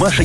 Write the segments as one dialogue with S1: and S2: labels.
S1: Маша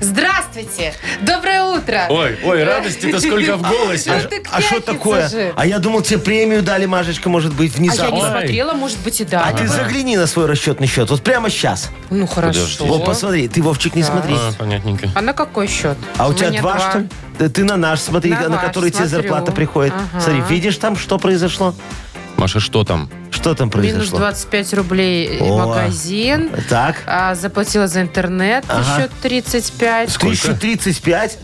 S2: Здравствуйте! Доброе утро!
S3: Ой, ой, радости-то сколько в
S2: Ну
S3: голосе.
S2: ты
S4: А что
S2: князь-то
S4: такое?
S2: же.
S4: А я думал, тебе премию дали, Машечка, может быть,
S2: А я не
S4: внезапно.
S3: Ой.
S2: смотрела, может быть, и да.
S4: А ты загляни на свой расчетный счет. Вот прямо сейчас.
S2: Ну хорошо.
S3: Подожди.
S4: Вот посмотри, ты, Вовчик, не смотри.
S3: А, понятненько.
S2: А на какой счет?
S4: А у тебя
S2: меня
S4: два, что ли? Да Ты на наш смотри,
S2: На
S4: на,
S2: ваш
S4: который тебе
S2: смотрю.
S4: зарплата приходит.
S2: Ага.
S4: Смотри, видишь там, что произошло?
S3: Маша, что там?
S4: Что там
S2: Минус
S4: произошло?
S2: 25 рублей
S4: О.
S2: магазин.
S4: Так.
S2: а, заплатила за интернет
S4: Ага.
S2: еще 35.
S4: 1035.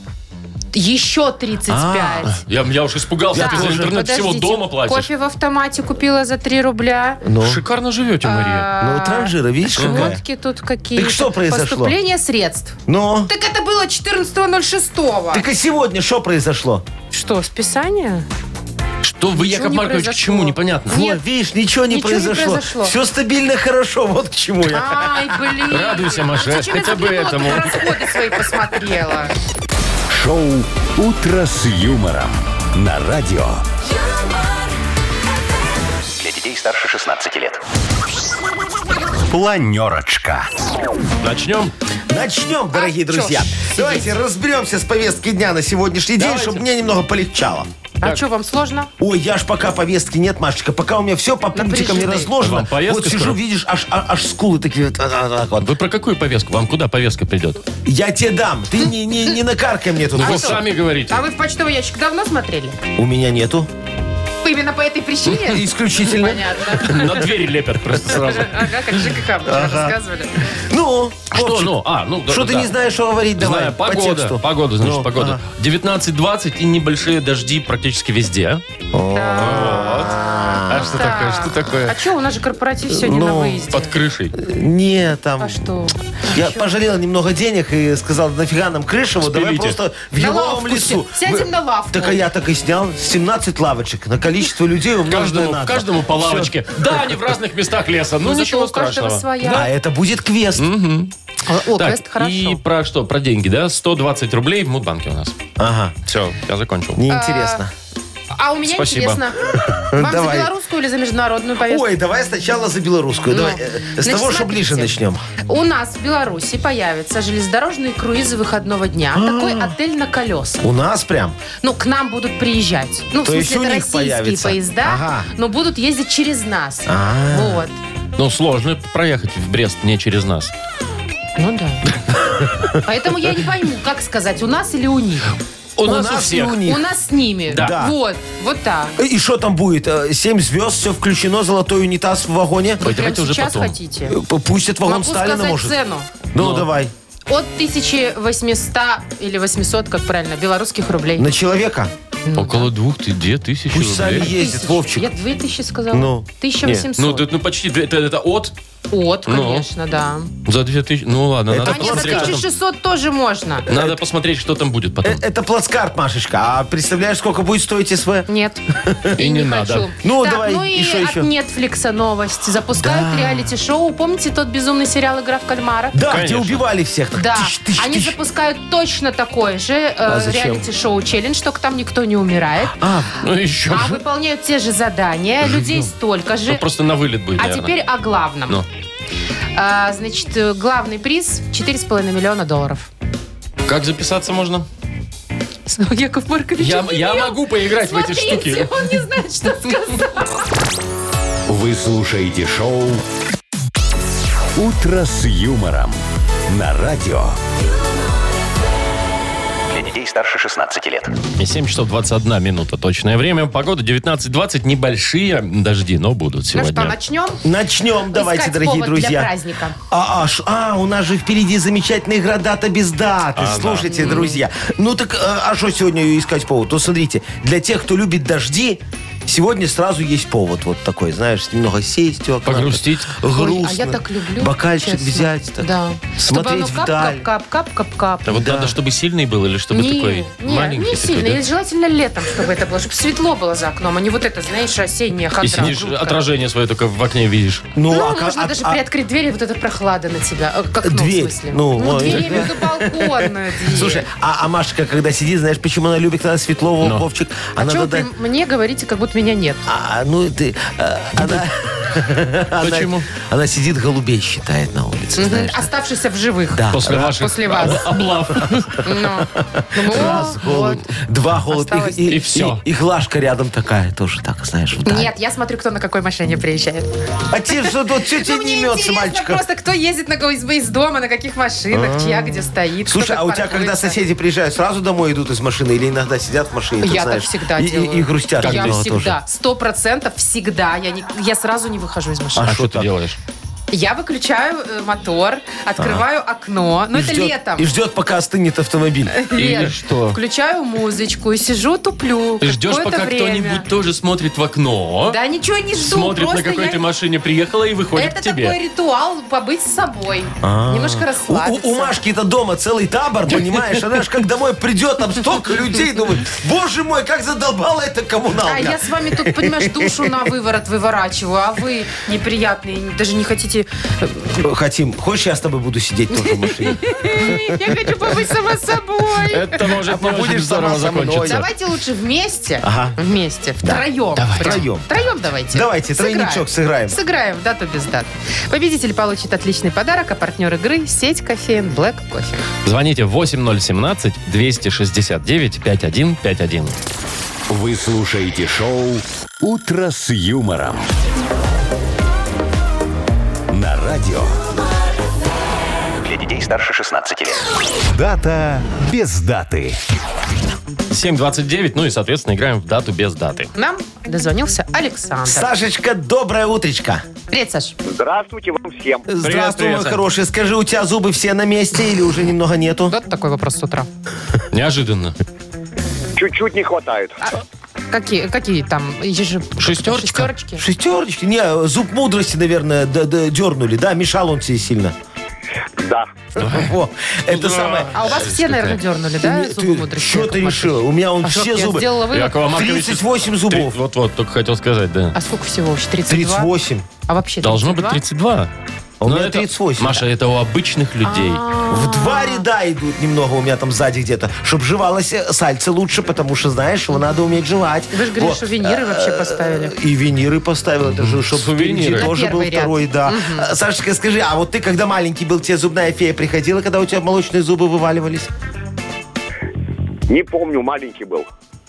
S2: Еще 35.
S4: А.
S3: Я, я уж испугался,
S2: Да.
S3: ты за интернет всего
S2: Подождите,
S3: дома платишь.
S2: Кофе в автомате купила за 3 рубля.
S4: Ну,
S3: Шикарно живете, Мария.
S4: ну транжира, видишь, какая?
S2: Шмотки тут какие-то.
S4: Так что произошло?
S2: Поступление средств.
S4: Ну,
S2: Так это было 14.06.
S4: так и сегодня что произошло?
S2: Что, списание?
S4: А,
S3: Что вы,
S2: Ничего
S3: Яков
S2: не
S3: Маркович, к
S2: произошло.
S3: чему? Непонятно.
S4: Вот,
S2: Нет.
S4: видишь, ничего не
S2: Ничего не произошло. А,
S4: Все стабильно хорошо, вот к чему я.
S2: Ай, блин.
S3: Радуйся, Маша,
S2: Зачем я
S3: хотя бы
S2: заглянула,
S3: этому.
S2: только расходы свои посмотрела.
S1: Шоу «Утро с юмором» на радио. Для детей старше 16 лет. Планерочка.
S3: Начнем?
S4: Начнем, дорогие
S2: А
S4: друзья.
S2: чё ж
S4: Давайте разберемся с повесткой дня на сегодняшний день,
S3: Давайте.
S4: чтобы мне немного полегчало.
S2: А что, вам сложно?
S4: Ой, я ж пока повестки нет, Машечка. Пока у меня все по пунктикам не
S2: Напряжены.
S4: разложено.
S3: Вам повестка
S4: Вот сижу,
S3: скоро?
S4: видишь, аж, а- аж скулы такие. вот, а- а- так вот.
S3: Вы про какую повестку? Вам куда повестка придет?
S4: Я тебе дам. Ты не, не, не накаркай мне тут.
S3: Ну, вы
S4: Вот.
S3: сами говорите.
S2: А вы в почтовый ящик давно смотрели?
S4: У меня нету.
S2: Именно по этой причине?
S4: Исключительно. А?
S2: Понятно.
S3: На двери лепят просто сразу.
S2: Ага, как ЖКХ, вчера рассказывали.
S4: Ну,
S3: Что,
S4: Вовчик,
S3: ну, а, ну, да,
S4: Что ты
S3: да.
S4: не знаешь, что говорить? Давай,
S3: Знаю,
S4: по
S3: погода,
S4: тексту.
S3: погода, значит,
S4: Ну,
S3: погода. 19-20 и небольшие дожди практически везде. А что такое, что
S2: А
S3: такое? Ну,
S2: что, у нас же корпоратив сегодня на выезде.
S3: Под крышей.
S4: ага. Не, там...
S2: А что?
S4: Я
S2: Ещё?
S4: пожалел немного денег и сказал, нафига нам крыша, вот давай
S3: Спилите.
S4: просто в
S2: На
S4: еловом
S2: лавку
S4: лесу.
S2: все. Сядем на лавку.
S4: Так а я так и снял 17 лавочек на количество людей умноженное на
S3: Каждому,
S4: два.
S3: каждому по лавочке. Да, они в разных местах леса, но
S2: Ну, зато
S3: ничего
S2: у каждого
S3: страшного.
S2: своя.
S4: А это будет квест.
S2: О,
S3: Так,
S2: квест
S3: и
S2: хорошо.
S3: про что? Про деньги, да? 120 рублей в Мудбанке у нас.
S4: Ага,
S3: Все, я закончил.
S4: мне интересно.
S2: А у меня
S3: Спасибо.
S2: интересно. Вам за
S4: Давай.
S2: белорусскую или за международную повестку?
S4: Ой, давай сначала за белорусскую.
S2: А, Ну.
S4: Давай, э, с
S2: Значит,
S4: того, что ближе
S2: смотрите.
S4: начнем.
S2: У нас в Беларуси появятся железнодорожные круизы выходного дня.
S4: А.
S2: Такой отель на колесах.
S4: У нас прям.
S2: Ну, к нам будут приезжать. Ну, в
S4: То есть
S2: смысле,
S4: у
S2: это
S4: них
S2: российские
S4: появится.
S2: поезда,
S4: Ага.
S2: но будут ездить через нас.
S4: А.
S2: Вот.
S3: Ну, сложно проехать в Брест не через нас.
S2: Ну да. Поэтому я не пойму, как сказать, у нас или у них.
S3: У,
S4: У
S3: нас, у
S4: нас
S3: всех.
S4: и у них.
S2: У нас с ними.
S4: Да.
S2: Вот, вот так.
S4: Э, И что там будет? Э, Семь звезд, все включено, золотой унитаз в вагоне.
S3: Ой,
S2: Прям
S3: давайте уже
S2: сейчас
S3: потом.
S2: хотите.
S4: Э, п- Пустят вагон
S2: Могу
S4: Сталина,
S2: сказать
S4: может.
S2: цену.
S4: Ну,
S3: Ну.
S4: давай.
S2: От 1800 или 800, как правильно, белорусских рублей.
S4: На человека?
S3: Около двух, ты две тысячи
S4: Пусть сами
S3: рублей.
S4: ездят,
S2: Тысяч.
S4: Вовчик.
S2: Я 2000 сказала.
S4: Ну,
S2: 1800.
S3: Ну, ты- ну, почти, две- это, это от,
S2: Вот,
S3: Ну.
S2: конечно, да.
S3: за две тысячи, ну ладно,
S4: Это
S3: надо
S2: А не, за
S3: посмотреть, что там,
S2: 1600 тоже можно.
S3: надо посмотреть, что там будет потом.
S4: Э, Это плацкарт, Машечка. А представляешь, сколько будет стоить СВ?
S2: Нет.
S3: И
S2: И
S3: не
S2: не
S3: надо.
S2: хочу.
S4: Ну,
S2: Так,
S4: давай,
S2: ну и
S4: еще,
S2: от
S4: еще.
S2: Нетфликса новость. Запускают реалити-шоу. Помните тот безумный сериал «Игра в кальмара»?
S4: Да, где
S3: Конечно.
S4: убивали всех. Так,
S2: Да,
S4: тыщ, тыщ,
S2: они
S4: тыщ.
S2: запускают точно такое же э,
S4: А зачем?
S2: реалити-шоу «Челлендж», только там никто не умирает.
S4: А,
S3: Ну, еще
S2: А
S3: же.
S2: выполняют те же задания, людей столько
S3: Ну,
S2: же.
S3: просто на вылет будет,
S2: А
S3: наверное.
S2: теперь о главном.
S3: Ну.
S2: А, значит, э, главный приз 4,5 миллиона долларов.
S3: Как записаться можно?
S2: Яков Маркович
S3: Я,
S2: умеет.
S3: я могу поиграть в эти
S2: Смотрите,
S3: штуки.
S2: он не знает, что сказать.
S1: Вы слушаете шоу «Утро с юмором» на радио. Для детей старше 16 лет.
S3: 7 часов 21 минута точное время. Погода 19-20, небольшие дожди, но будут
S2: Ну что,
S3: сегодня.
S2: начнем?
S4: начнем, давайте,
S2: Искать
S4: дорогие
S2: повод для
S4: друзья.
S2: праздника.
S4: А, а, ш- а, у нас же впереди замечательные гра дата без даты.
S3: Ага.
S4: Слушайте, а друзья. Ну так, э, а что сегодня искать повод? Ну, смотрите, для тех, кто любит дожди, Сегодня сразу есть повод вот такой, знаешь, немного сесть у окна.
S3: Погрустить.
S4: Так
S2: Ой,
S4: Грустно.
S2: а я так люблю.
S4: Бокальчик
S2: честно.
S4: взять так.
S2: Да.
S4: Смотреть
S2: Чтобы оно
S4: вдаль.
S2: кап-кап-кап-кап-кап.
S3: А вот
S4: Да.
S3: надо, чтобы сильный был или чтобы
S2: не,
S3: такой
S2: не,
S3: маленький?
S2: не
S3: такой,
S2: сильно.
S3: да?
S2: И Желательно летом, чтобы это было, чтобы светло было за окном, а не вот это, знаешь, осеннее хандра.
S3: И сидишь,
S2: жуткое.
S3: отражение свое только в окне видишь.
S2: Ну,
S4: а как-
S2: можно даже приоткрыть дверь, и вот эта прохлада на тебя. э, Как
S4: Дверь,
S2: в смысле.
S4: ну, вот.
S2: дверь, я имею в виду балконную дверь.
S4: Слушай, а, а Машка, когда сидит, знаешь, почему она любит, когда светло,
S3: Ну.
S4: Вовчик?
S2: а
S4: Она
S2: чё
S4: надо-
S2: вы при- мне говорите, как будто меня нет?
S4: А, ну ты... а, она... она-
S3: Почему?
S4: Она сидит голубей считает на улице,
S2: Мгм,
S4: знаешь.
S2: Оставшийся в живых.
S4: Да.
S3: После ваших
S2: После вас.
S3: об- облав.
S2: Ну, Думаю,
S4: Раз
S2: о,
S4: голубь,
S2: вот.
S4: два голубь,
S2: Осталось.
S4: и,
S3: И всё.
S4: И, и глажка рядом такая тоже, так, знаешь, вдаль.
S2: Нет, я смотрю, кто на какой машине приезжает.
S4: А тебе что тут, чуть тебе
S2: Ну,
S4: не
S2: мне
S4: имется,
S2: интересно
S4: мальчика?
S2: просто, кто ездит на кого из, из дома, на каких машинах, чья где стоит. кто
S4: А. Слушай,
S2: как
S4: а у тебя, когда
S2: паркуется.
S4: соседи приезжают, сразу домой идут из машины или иногда сидят в машине?
S2: Я
S4: знаешь,
S2: так всегда
S4: и, и-
S2: делаю.
S4: И, грустят.
S2: Я
S4: немного
S2: всегда, сто процентов всегда. Я, не, я сразу не выхожу из машины.
S3: А что ты
S4: так?
S3: делаешь?
S2: Я выключаю э, мотор, открываю окно. Но
S4: А. И
S2: Ну, это
S4: ждет-
S2: летом.
S4: И ждет, пока остынет автомобиль.
S3: И
S2: Лет.
S3: что?
S2: Включаю музычку и сижу, туплю.
S3: Ты ждешь,
S2: какое-то
S3: пока
S2: время.
S3: кто-нибудь тоже смотрит в окно,
S2: Да, ничего не жду.
S3: смотрит, на
S2: просто
S3: какой
S2: я-
S3: ты машине приехала и выходит к
S2: Это
S3: тебе.
S2: такой ритуал побыть с собой. Немножко
S4: А. У,
S2: расслабиться.
S4: у- у Машки-то дома целый табор, понимаешь? Она же как домой придет, там столько людей, думает, боже мой, как задолбала эта коммуналка.
S2: А я с вами тут, понимаешь, душу на выворот выворачиваю, а вы неприятные, даже не хотите...
S4: Хотим. Типа, Хочешь, я с тобой буду сидеть тоже в машине?
S2: Я хочу побыть сама собой.
S3: Это может не очень
S4: побудешь
S3: здорово
S4: сама со мной.
S3: закончиться.
S2: Давайте лучше вместе.
S4: Ага.
S2: Вместе. Втроем.
S3: Давайте.
S2: Прям.
S4: Втроем.
S2: Втроем давайте.
S4: Давайте, тройничок сыграем.
S2: Сыграем, дату без дат. Победитель получит отличный подарок, а партнер игры – сеть кофеин Black Coffee.
S3: Звоните 8017-269-5151.
S1: Вы слушаете шоу «Утро с юмором». На радио. Для детей старше 16 лет. Дата без даты.
S3: 729, ну и, соответственно, играем в дату без даты.
S2: Нам дозвонился Александр.
S4: Сашечка, доброе утречко.
S2: Привет, Саш.
S5: Здравствуйте вам всем.
S4: Здравствуй,
S3: привет,
S4: мой
S3: Сань.
S4: хороший. Скажи, у тебя зубы все на месте или уже немного нету?
S2: Вот такой вопрос с утра.
S3: Неожиданно.
S5: Чуть-чуть не хватает.
S2: Какие, какие там? ежи-
S3: Шестерочка?
S2: Шестерочки?
S4: Шестерочки? Не, зуб мудрости, наверное, д- д- дернули, да? Мешал он тебе сильно.
S5: Да.
S4: Во, это самое...
S2: А у вас все, наверное, дернули, да? зуб мудрости,
S4: Что
S2: Яков
S4: ты
S2: Маркович?
S4: решила? У меня он
S2: А
S4: все
S2: что, я
S4: зубы.
S2: сделала вывод?
S3: Якова Марковича-
S4: 38
S3: Три-
S4: зубов.
S3: Вот-вот, только хотел сказать, да.
S2: А сколько всего вообще? 32?
S4: 38.
S2: А вообще
S3: Должно
S2: 32?
S3: быть 32.
S4: А у
S3: Но
S4: меня
S3: это-
S4: 38.
S3: Маша, это у обычных людей.
S4: В два ряда идут немного у меня там сзади где-то, чтобы жевалось э, сальце лучше, потому что, знаешь, его надо уметь жевать.
S2: Вы же говорили,
S4: Вот. Э,
S2: что виниры вообще поставили.
S4: И виниры поставил, это же, чтобы
S3: Сувениры.
S4: впереди
S3: На
S4: тоже был
S2: первый ряд.
S4: второй, да. А, Сашечка, скажи, а вот ты, когда маленький был, тебе зубная фея приходила, когда у тебя молочные зубы вываливались?
S5: Не помню, маленький был.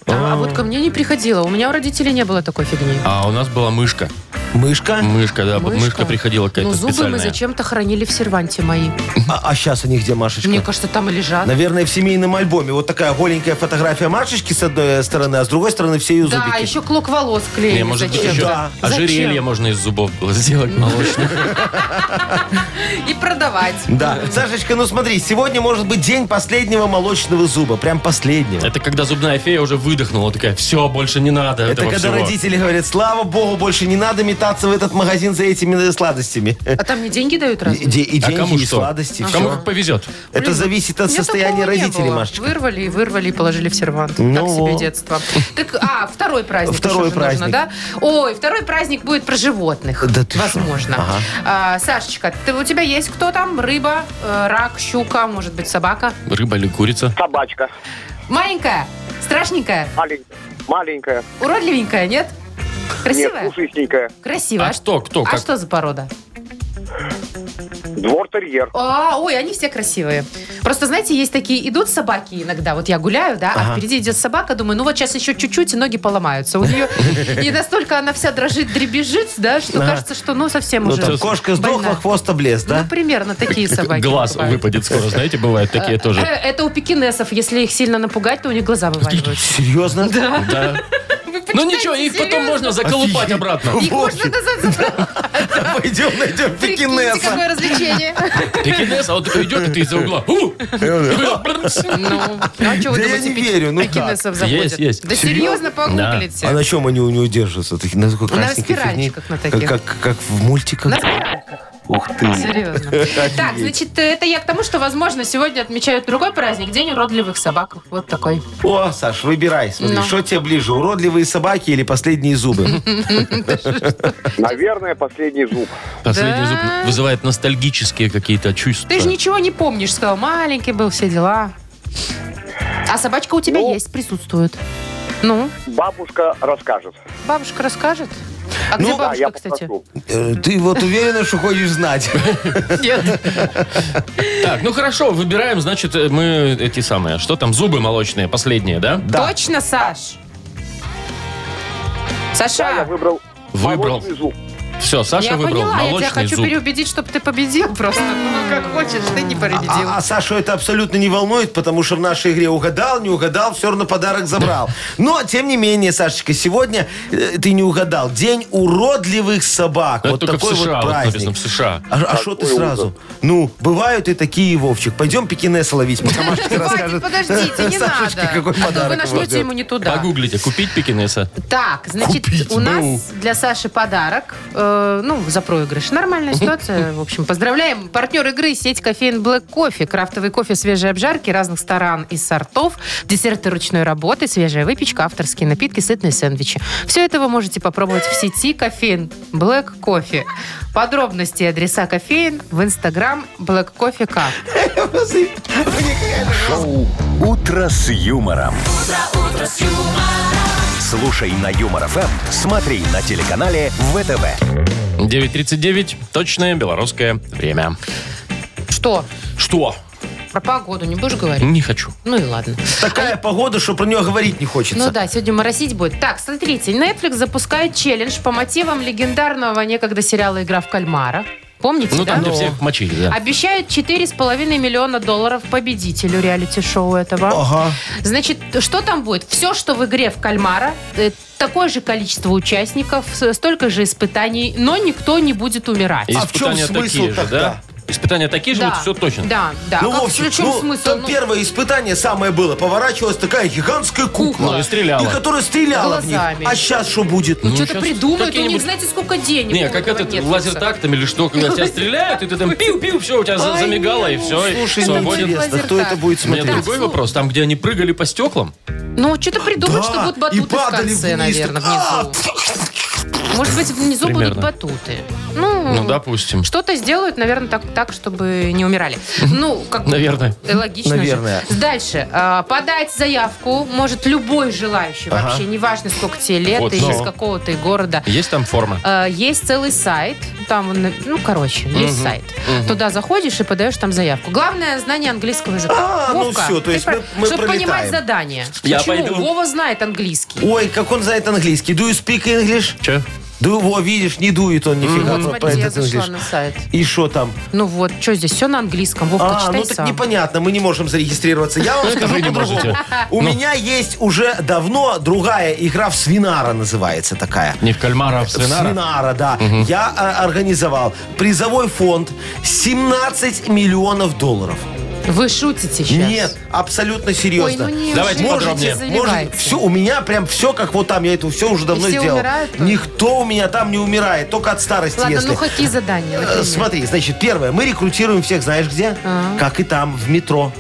S2: А, а вот ко мне не приходило. У меня у родителей не было такой фигни.
S3: А у нас была мышка.
S4: Мышка?
S3: Мышка, да, мышка, приходила какая-то
S2: Ну, зубы
S3: специальная.
S2: мы зачем-то хранили в серванте мои.
S4: А, сейчас они где, Машечка?
S2: Мне кажется, там и лежат.
S4: Наверное, в семейном альбоме. Вот такая голенькая фотография Машечки с одной стороны, а с другой стороны все ее
S2: да,
S4: зубики.
S2: еще клок волос клеили
S3: Не, может быть,
S2: зачем-то.
S3: еще
S4: Да.
S3: ожерелье можно из зубов было сделать молочных.
S2: И продавать.
S4: Да. Сашечка, ну смотри, сегодня может быть день последнего молочного зуба. Прям последнего.
S3: Это когда зубная фея уже выдохнула, такая, все, больше не надо
S4: Это
S3: этого
S4: когда
S3: всего».
S4: родители говорят, слава богу, больше не надо метаться в этот магазин за этими э, сладостями.
S2: А там мне деньги дают разве?
S4: И, де- и
S3: А
S4: деньги,
S3: кому
S4: и
S3: что?
S4: сладости,
S3: Кому
S4: все.
S3: как повезет.
S4: Это зависит от
S2: Мне
S4: состояния
S2: такого не
S4: родителей,
S2: было.
S4: Машечка.
S2: Вырвали, и вырвали и положили в сервант.
S4: Ну
S2: так себе
S4: вот.
S2: детство. Так, а, второй праздник.
S4: Второй
S2: еще же нужно,
S4: праздник.
S2: да? Ой, второй праздник будет про животных.
S4: Да ты
S2: Возможно.
S4: шо? Ага.
S2: А, Сашечка, ты, у тебя есть кто там? Рыба, э, рак, щука, может быть, собака?
S3: Рыба или курица?
S5: Собачка.
S2: Маленькая, страшненькая,
S5: Маленькая. Маленькая.
S2: уродливенькая, нет? Красивая?
S5: Нет, пушистенькая.
S2: Красивая.
S3: А кто, кто,
S2: А
S3: как?
S2: что за порода?
S5: Двор-терьер.
S2: А, ой, они все красивые. Просто, знаете, есть такие, идут собаки иногда, вот я гуляю, да, а впереди идет собака, думаю, ну вот сейчас еще чуть-чуть, и ноги поломаются. У нее и настолько она вся дрожит, дребезжит, да, что кажется, что ну совсем
S4: Ну,
S2: уже
S4: там кошка сдохла,
S2: больна.
S4: хвост облез,
S2: Ну,
S4: да?
S2: примерно такие собаки.
S3: Глаз
S2: бывают.
S3: выпадет скоро, знаете, бывают такие
S4: А,
S2: Э,
S3: тоже.
S2: Ну, Это у пекинесов, если их сильно напугать, то у них глаза вываливаются.
S4: Серьезно?
S3: Да.
S2: Вы
S3: Ну ничего, их потом
S2: серьезно?
S3: можно заколупать
S4: Офигеть.
S3: обратно.
S2: Их
S4: в
S2: можно
S4: общем.
S2: назвать за-
S4: Пойдем найдем
S2: Прикиньте,
S4: пекинеса.
S2: какое развлечение.
S3: Пекинес, а он такой идет, и ты из-за угла. «У!»
S2: Ну, а что вы
S4: Да я
S2: думаете,
S4: не верю, ну как?
S2: пекинесов заводят?
S3: Есть, есть.
S2: Да серьезно
S4: А
S2: погуглите.
S4: на чем они у него держатся? Такие, на такой красненькой фигне?
S2: спиральчиках на таких.
S4: Как, как, как в мультиках.
S2: На спиральках.
S4: Ух ты.
S2: Серьезно. Так, значит, это я к тому, что, возможно, сегодня отмечают другой праздник, День уродливых собак. Вот такой.
S4: О, Саш, выбирай, смотри,
S2: Ну.
S4: что тебе ближе, уродливые собаки или последние зубы?
S5: Наверное, последний зуб.
S3: Последний
S2: Да.
S3: зуб вызывает ностальгические какие-то чувства.
S2: Ты же ничего не помнишь, сказал, маленький был, все дела. А собачка у тебя
S5: Ну.
S2: есть, присутствует. Ну,
S5: Бабушка расскажет.
S2: бабушка расскажет. А где
S5: да, я
S2: бабушка, кстати?
S5: попрошу.
S4: Э, Ты вот уверена, что хочешь знать?
S2: Нет.
S3: Так, ну хорошо, выбираем, значит, э, мы эти самые, что там, зубы молочные, последние, да?
S4: Да.
S2: Точно, Саш?
S5: Да, я
S2: Саша,
S5: выбрал
S3: Выбрал.
S5: молочный зуб.
S3: Все, Саша
S2: я
S3: выбрал
S2: поняла, я
S3: молочный
S2: тебя хочу
S3: зуб.
S2: переубедить, чтобы ты победил просто. Ну, как хочешь, ты не победил.
S4: А, а Сашу это абсолютно не волнует, потому что в нашей игре угадал, не угадал, все равно подарок забрал. Но, тем не менее, Сашечка, сегодня э, ты не угадал. День уродливых собак.
S3: Это
S4: вот
S3: только
S4: такой
S3: в США,
S4: вот
S3: вот
S4: праздник.
S3: написано, в США.
S4: А а что ты
S5: Такой
S4: сразу?
S5: ужас.
S4: Ну, бывают и такие, Вовчик. Пойдем пекинеса ловить, пока Машечка
S2: Хватит,
S4: расскажет.
S2: подождите, не
S4: Сашечке,
S2: надо.
S4: какой
S2: А то вы
S4: подарок его
S2: нажмете
S4: ждет.
S2: ему не туда.
S3: Погуглите, купить пекинеса.
S2: Так, значит,
S4: Купить,
S2: у нас
S4: ну.
S2: для Саши подарок. Э, ну, за проигрыш. Нормальная ситуация. В общем, поздравляем. Партнер игры сеть кофеин Black Кофе. Крафтовый кофе свежей обжарки разных сторон и сортов, десерты ручной работы, свежая выпечка, авторские напитки, сытные сэндвичи. Все это вы можете попробовать в сети кофеин Black Кофе. Подробности и адреса кофеин в инстаграм Black Кофе Cup.
S1: Шоу «Утро с юмором». Слушай на Юмор ФМ, смотри на телеканале ВТВ.
S3: 9.39, точное белорусское время.
S2: Что?
S3: Что?
S2: Про погоду не будешь говорить?
S3: Не хочу.
S2: Ну и ладно.
S4: Такая погода, что про нее говорить не хочется.
S2: Ну да, сегодня моросить будет. Так, смотрите, Netflix запускает челлендж по мотивам легендарного некогда сериала «Игра в кальмара». Помните,
S3: Ну
S2: да?
S3: там где всех мочили, да.
S2: Обещают 4,5 миллиона долларов победителю реалити-шоу этого.
S4: Ага.
S2: Значит, что там будет? Все, что в игре в кальмара, э, такое же количество участников, с- столько же испытаний, но никто не будет умирать.
S4: А в чем
S3: Испытания
S4: смысл
S3: такие же, да?
S4: тогда?
S3: Испытания такие же,
S2: Да,
S3: вот все точно.
S2: Да, да.
S4: Ну,
S2: А Как-
S4: Вовчик,
S2: в чем
S4: ну,
S2: смысл?
S4: там
S2: Ну,
S4: первое испытание самое было. Поворачивалась такая гигантская кукла.
S3: Ну, и стреляла.
S4: И которая стреляла в
S2: Глазами.
S4: них. А сейчас что будет?
S2: ну,
S3: ну,
S2: что-то
S3: щас
S2: придумают, у них,
S3: какие-нибудь-
S2: знаете, сколько денег.
S3: Не, а
S2: у
S3: как
S2: этого
S3: этот
S2: Netflix'а.
S3: лазертактом или что, когда тебя стреляют, и ты там пиу-пиу, все, у тебя за-
S2: Ой,
S3: замигало, и
S2: ну,
S3: все, и
S4: Слушай,
S2: это
S4: мне
S3: свободен.
S2: будет
S4: интересно,
S2: лазер
S4: кто
S2: так.
S4: это будет
S3: У меня
S4: смотреть?
S3: другой вопрос. Там, где они прыгали по стеклам,
S2: Ну, что-то придумать,
S4: Да,
S2: что будут
S4: и
S2: батуты в
S4: падали
S2: конце,
S4: вниз, А! так,
S2: наверное, внизу. Может быть, внизу
S3: Примерно.
S2: будут батуты. Ну,
S3: ну, допустим.
S2: Что-то сделают, наверное, так, так, чтобы не умирали. Ну, как бы...
S3: Наверное.
S2: э, Логично
S4: Наверное.
S2: же. Дальше. А, Подать заявку может любой желающий вообще. Неважно, сколько тебе лет
S3: Вот
S2: и
S3: но.
S2: из какого ты города.
S3: Есть там форма?
S2: Э, Есть целый сайт, там, он, ну, короче, есть сайт. Туда заходишь и подаешь там заявку. Главное знание английского языка.
S4: А, ну
S2: Вовка,
S4: всё, то
S2: ты
S4: есть мы-
S2: про-
S4: мы
S2: Чтобы понимать
S4: пролетаем.
S2: задание.
S3: Я
S2: Почему?
S3: пойду.
S2: Вова знает английский.
S4: Ой, как он знает английский. Do you speak English?
S3: Че?
S4: Ду, во, видишь, не дует он нифига.
S2: Вот
S4: по- по
S2: смотрите, я
S4: этот
S2: зашла
S4: English.
S2: на сайт.
S4: И что там?
S2: Ну вот, что здесь, все на английском. Вовка,
S4: А,
S2: читай
S4: ну так
S2: сам.
S4: непонятно, мы не можем зарегистрироваться. Я вам
S3: Ну, Это
S4: скажу
S3: вы не
S4: по-другому.
S3: можете.
S4: У меня есть уже давно другая игра в свинара называется такая.
S3: Не в кальмара, а в свинара?
S4: Свинара, да. Я а, организовал призовой фонд 17 миллионов долларов.
S2: Вы шутите сейчас.
S4: Нет, абсолютно
S2: Ой,
S4: серьезно.
S2: ну не
S3: Давайте
S2: уже
S3: подробнее.
S2: заливайте.
S4: Может, все, у меня прям все, как вот там, я это все уже давно
S2: все
S4: сделал.
S2: умирают тоже?
S4: Никто у меня там не умирает, только от старости,
S2: Ладно,
S4: если.
S2: ну какие задания?
S4: Э,
S2: например?
S4: Смотри, значит, первое, мы рекрутируем всех, знаешь где?
S2: А.
S4: Как и там, в метро.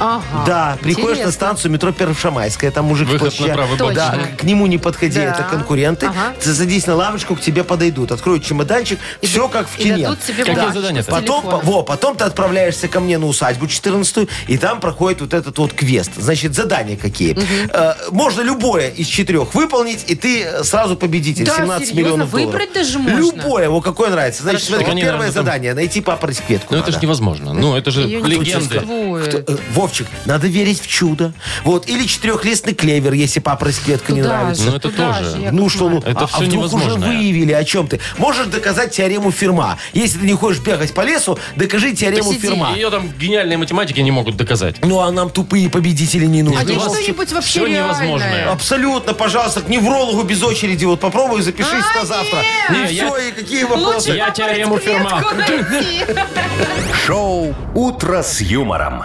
S2: Ага,
S4: да, приходишь
S2: интересно.
S4: на станцию метро Первошамайская, там мужик
S3: Выход
S4: в плаще.
S3: на правый бок.
S4: Да,
S2: Точно.
S4: к нему не подходи,
S2: Да.
S4: это конкуренты.
S2: Ага.
S4: Ты садись на лавочку, к тебе подойдут, откроют чемоданчик, все как в
S2: И
S4: кине.
S2: дадут тебе
S3: Какие
S2: бумажку
S3: задания-то?
S2: с
S4: Потом,
S2: телефоном.
S4: во, потом ты отправляешься ко мне на усадьбу 14 и там проходит вот этот вот квест. Значит, задания какие. Э, можно любое из четырех выполнить, и ты э, сразу победитель.
S2: Да,
S4: 17
S2: серьезно?
S4: миллионов долларов.
S2: Выбрать даже можно?
S4: Любое, вот какое нравится. Значит,
S2: Хорошо.
S4: смотри,
S3: Так они,
S4: первое
S3: наверное, там-
S4: задание, найти папороть кветку
S3: Ну это же
S4: надо.
S3: невозможно. Ну это же
S2: Её не
S3: легенды.
S2: существует. такое.
S4: Кто- э, Вовчик, надо верить в чудо. Вот, или четырехлестный клевер, если папороть клетка не
S2: Туда
S4: нравится.
S2: же,
S3: Ну, это
S2: туда
S3: тоже.
S2: же, Яков
S4: Ну что, ну,
S3: Это
S4: а,
S3: всё
S4: а вдруг уже
S3: невозможное.
S4: выявили, о чем ты? Можешь доказать теорему Ферма. Если ты не хочешь бегать по лесу, докажи теорему
S2: Посиди,
S4: Ферма.
S3: Ее там гениальные математики не могут доказать.
S4: Ну, а нам тупые победители не
S2: А
S4: нужны.
S2: не
S3: у вас
S2: что-нибудь вообще
S3: всё невозможное.
S2: реальное.
S4: А Абсолютно, пожалуйста, к неврологу без очереди. Вот попробуй, запишись
S2: А,
S4: на завтра.
S3: нет!
S4: И
S3: Не, я-
S4: все, и какие
S2: Лучше
S4: вопросы.
S3: Я
S2: попасть
S3: теорему
S2: в клетку
S3: Ферма.
S2: найти.
S1: Шоу «Утро с юмором».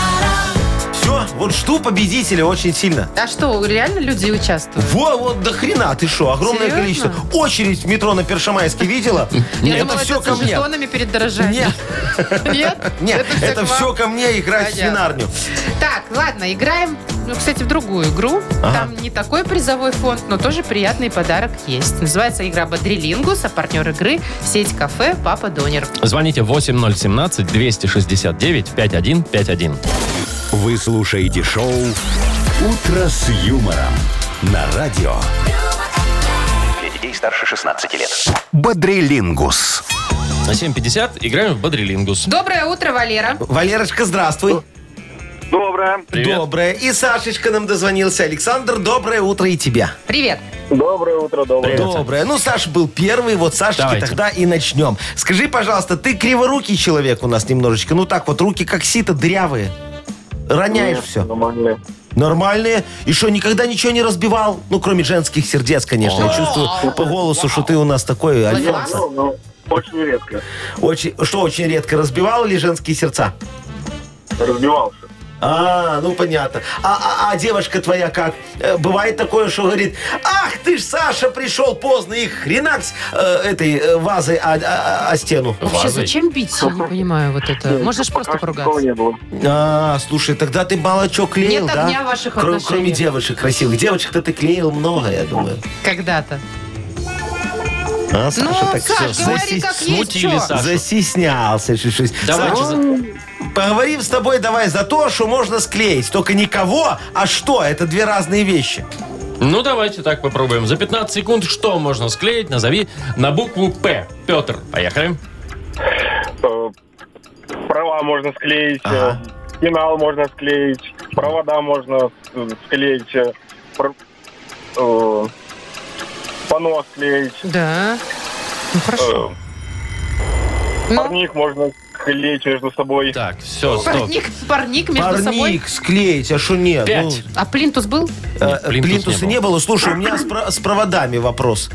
S4: Все, вот жду победителя очень сильно.
S2: А что, реально люди участвуют?
S4: Во, вот до хрена, ты что, огромное
S2: Серьезно?
S4: количество. Очередь в метро на Першамайске видела?
S2: Я
S4: Это
S2: думала,
S4: все
S2: Ну, это
S4: ко
S2: с
S4: мне.
S2: жетонами перед дорожанием.
S4: Нет,
S2: Нет?
S4: нет,
S2: всё
S4: это
S2: к вам.
S4: все ко мне играть в
S2: Понятно.
S4: свинарню.
S2: Так, ладно, играем, ну, кстати, в другую игру. Там не такой призовой фонд, но тоже приятный подарок есть. Называется игра «Бодрилингус», а партнер игры – сеть кафе «Папа Донер».
S3: Звоните 8017-269-5151.
S1: Вы слушаете шоу «Утро с юмором» на радио. Для детей старше 16 лет. Бодрилингус.
S3: На 7.50 играем в Бодрилингус.
S2: Доброе утро, Валера.
S4: Валерочка, здравствуй.
S5: Доброе.
S3: Привет.
S4: Доброе. И Сашечка нам дозвонился. Александр, доброе утро и тебя.
S2: Привет.
S5: Доброе утро, доброе.
S3: Привет.
S4: Доброе. Ну, Саш был первый, вот Сашечки
S3: Давайте.
S4: тогда и начнем. Скажи, пожалуйста, ты криворукий человек у нас немножечко. Ну так вот, руки как сито, дырявые.
S5: Ну,
S4: Роняешь все.
S5: Нормально.
S4: Нормальные. И что, никогда ничего не разбивал? Ну, кроме женских сердец, конечно. Я чувствую по голосу, что ты у нас такой альфонсо.
S5: Ну, ну, очень редко.
S4: Очень, что очень редко, разбивал или женские сердца?
S5: Разбивался.
S4: А, ну понятно. А, а- а девушка твоя как? Э, Бывает такое, что говорит, ах ты ж, Саша, пришел поздно и хренакс э, этой э, вазой о, о- о стену.
S2: Вообще,
S3: Вазой.
S2: зачем бить? Я не понимаю вот это. Можно же просто
S5: Пока такого
S2: поругаться.
S5: не было.
S4: А, слушай, тогда ты мало чего клеил,
S2: Нет
S4: да?
S2: огня в ваших
S4: Кро-
S2: отношениях.
S4: Кроме девушек красивых. Девочек-то ты клеил много, я думаю.
S2: Когда-то.
S4: А,
S2: Ну,
S4: Саша, так
S2: Саш,
S4: всё
S2: говори
S4: заси-
S2: как есть,
S3: смутили,
S2: чё.
S3: Саш. Сашу.
S4: Застеснялся. чуть -чуть.
S3: Давай,
S4: Саш, поговорим с тобой давай за то, что можно склеить. Только не кого, а что. Это две разные вещи.
S3: Ну, давайте так попробуем. За 15 секунд что можно склеить? Назови на букву П. Петр, поехали.
S5: Э, Права можно склеить, э, пенал можно склеить, провода можно э, склеить, э, пр- э, панно склеить,
S2: Да. Ну, хорошо. Ну,
S5: э, парник можно склеить между собой.
S3: Так, все, стоп.
S2: парник, парник между
S4: Парник
S2: собой.
S4: склеить, а что нет? Ну,
S3: Пять.
S2: А плинтус был?
S4: Э,
S3: Нет, плинтуса
S4: Плинтуса
S3: не
S4: не было. Слушай, у меня с, про- с проводами вопрос.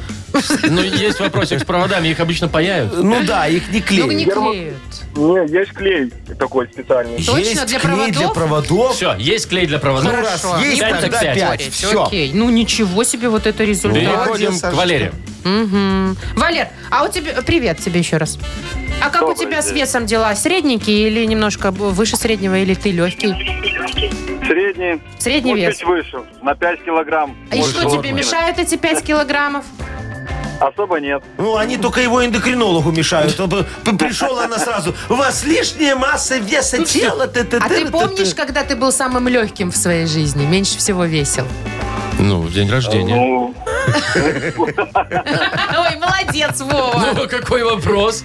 S3: Ну, есть вопросик с проводами, их обычно паяют.
S4: Ну да, их не
S2: Ну, не
S4: клеят.
S2: клеит.
S5: Не, есть клей такой специальный.
S2: Точно,
S4: Есть
S2: для
S4: клей для
S2: проводов?
S4: проводов.
S3: Все, есть клей для проводов.
S4: Ну, раз
S2: Хорошо.
S4: есть,
S3: Не будем
S4: тогда
S3: спорить.
S4: пять. Все.
S2: Окей. Ну, ничего себе вот это результат.
S3: Переходим
S4: Молодец,
S3: к
S4: Сашечка.
S3: Валере.
S2: Мгм. Валер, а у тебя... Привет тебе еще раз. А как у
S5: Добрый
S2: тебя с
S5: день.
S2: весом дела? Средненький или немножко б- выше среднего, или ты легкий?
S5: Средний,
S2: Средний
S5: ну,
S2: вес.
S5: чуть выше, на 5 килограмм.
S2: И
S3: больше
S2: что тебе
S3: нормы.
S2: мешает эти 5 килограммов?
S5: Особо нет.
S4: Ну, они только его эндокринологу мешают. Он бы п- Пришел она сразу. У вас лишняя масса веса тела.
S2: А ты помнишь, когда ты был самым легким в своей жизни? Меньше всего весил.
S3: Ну, в день рождения.
S5: Ну,
S2: Ой, молодец, Вова.
S3: Ну, какой вопрос?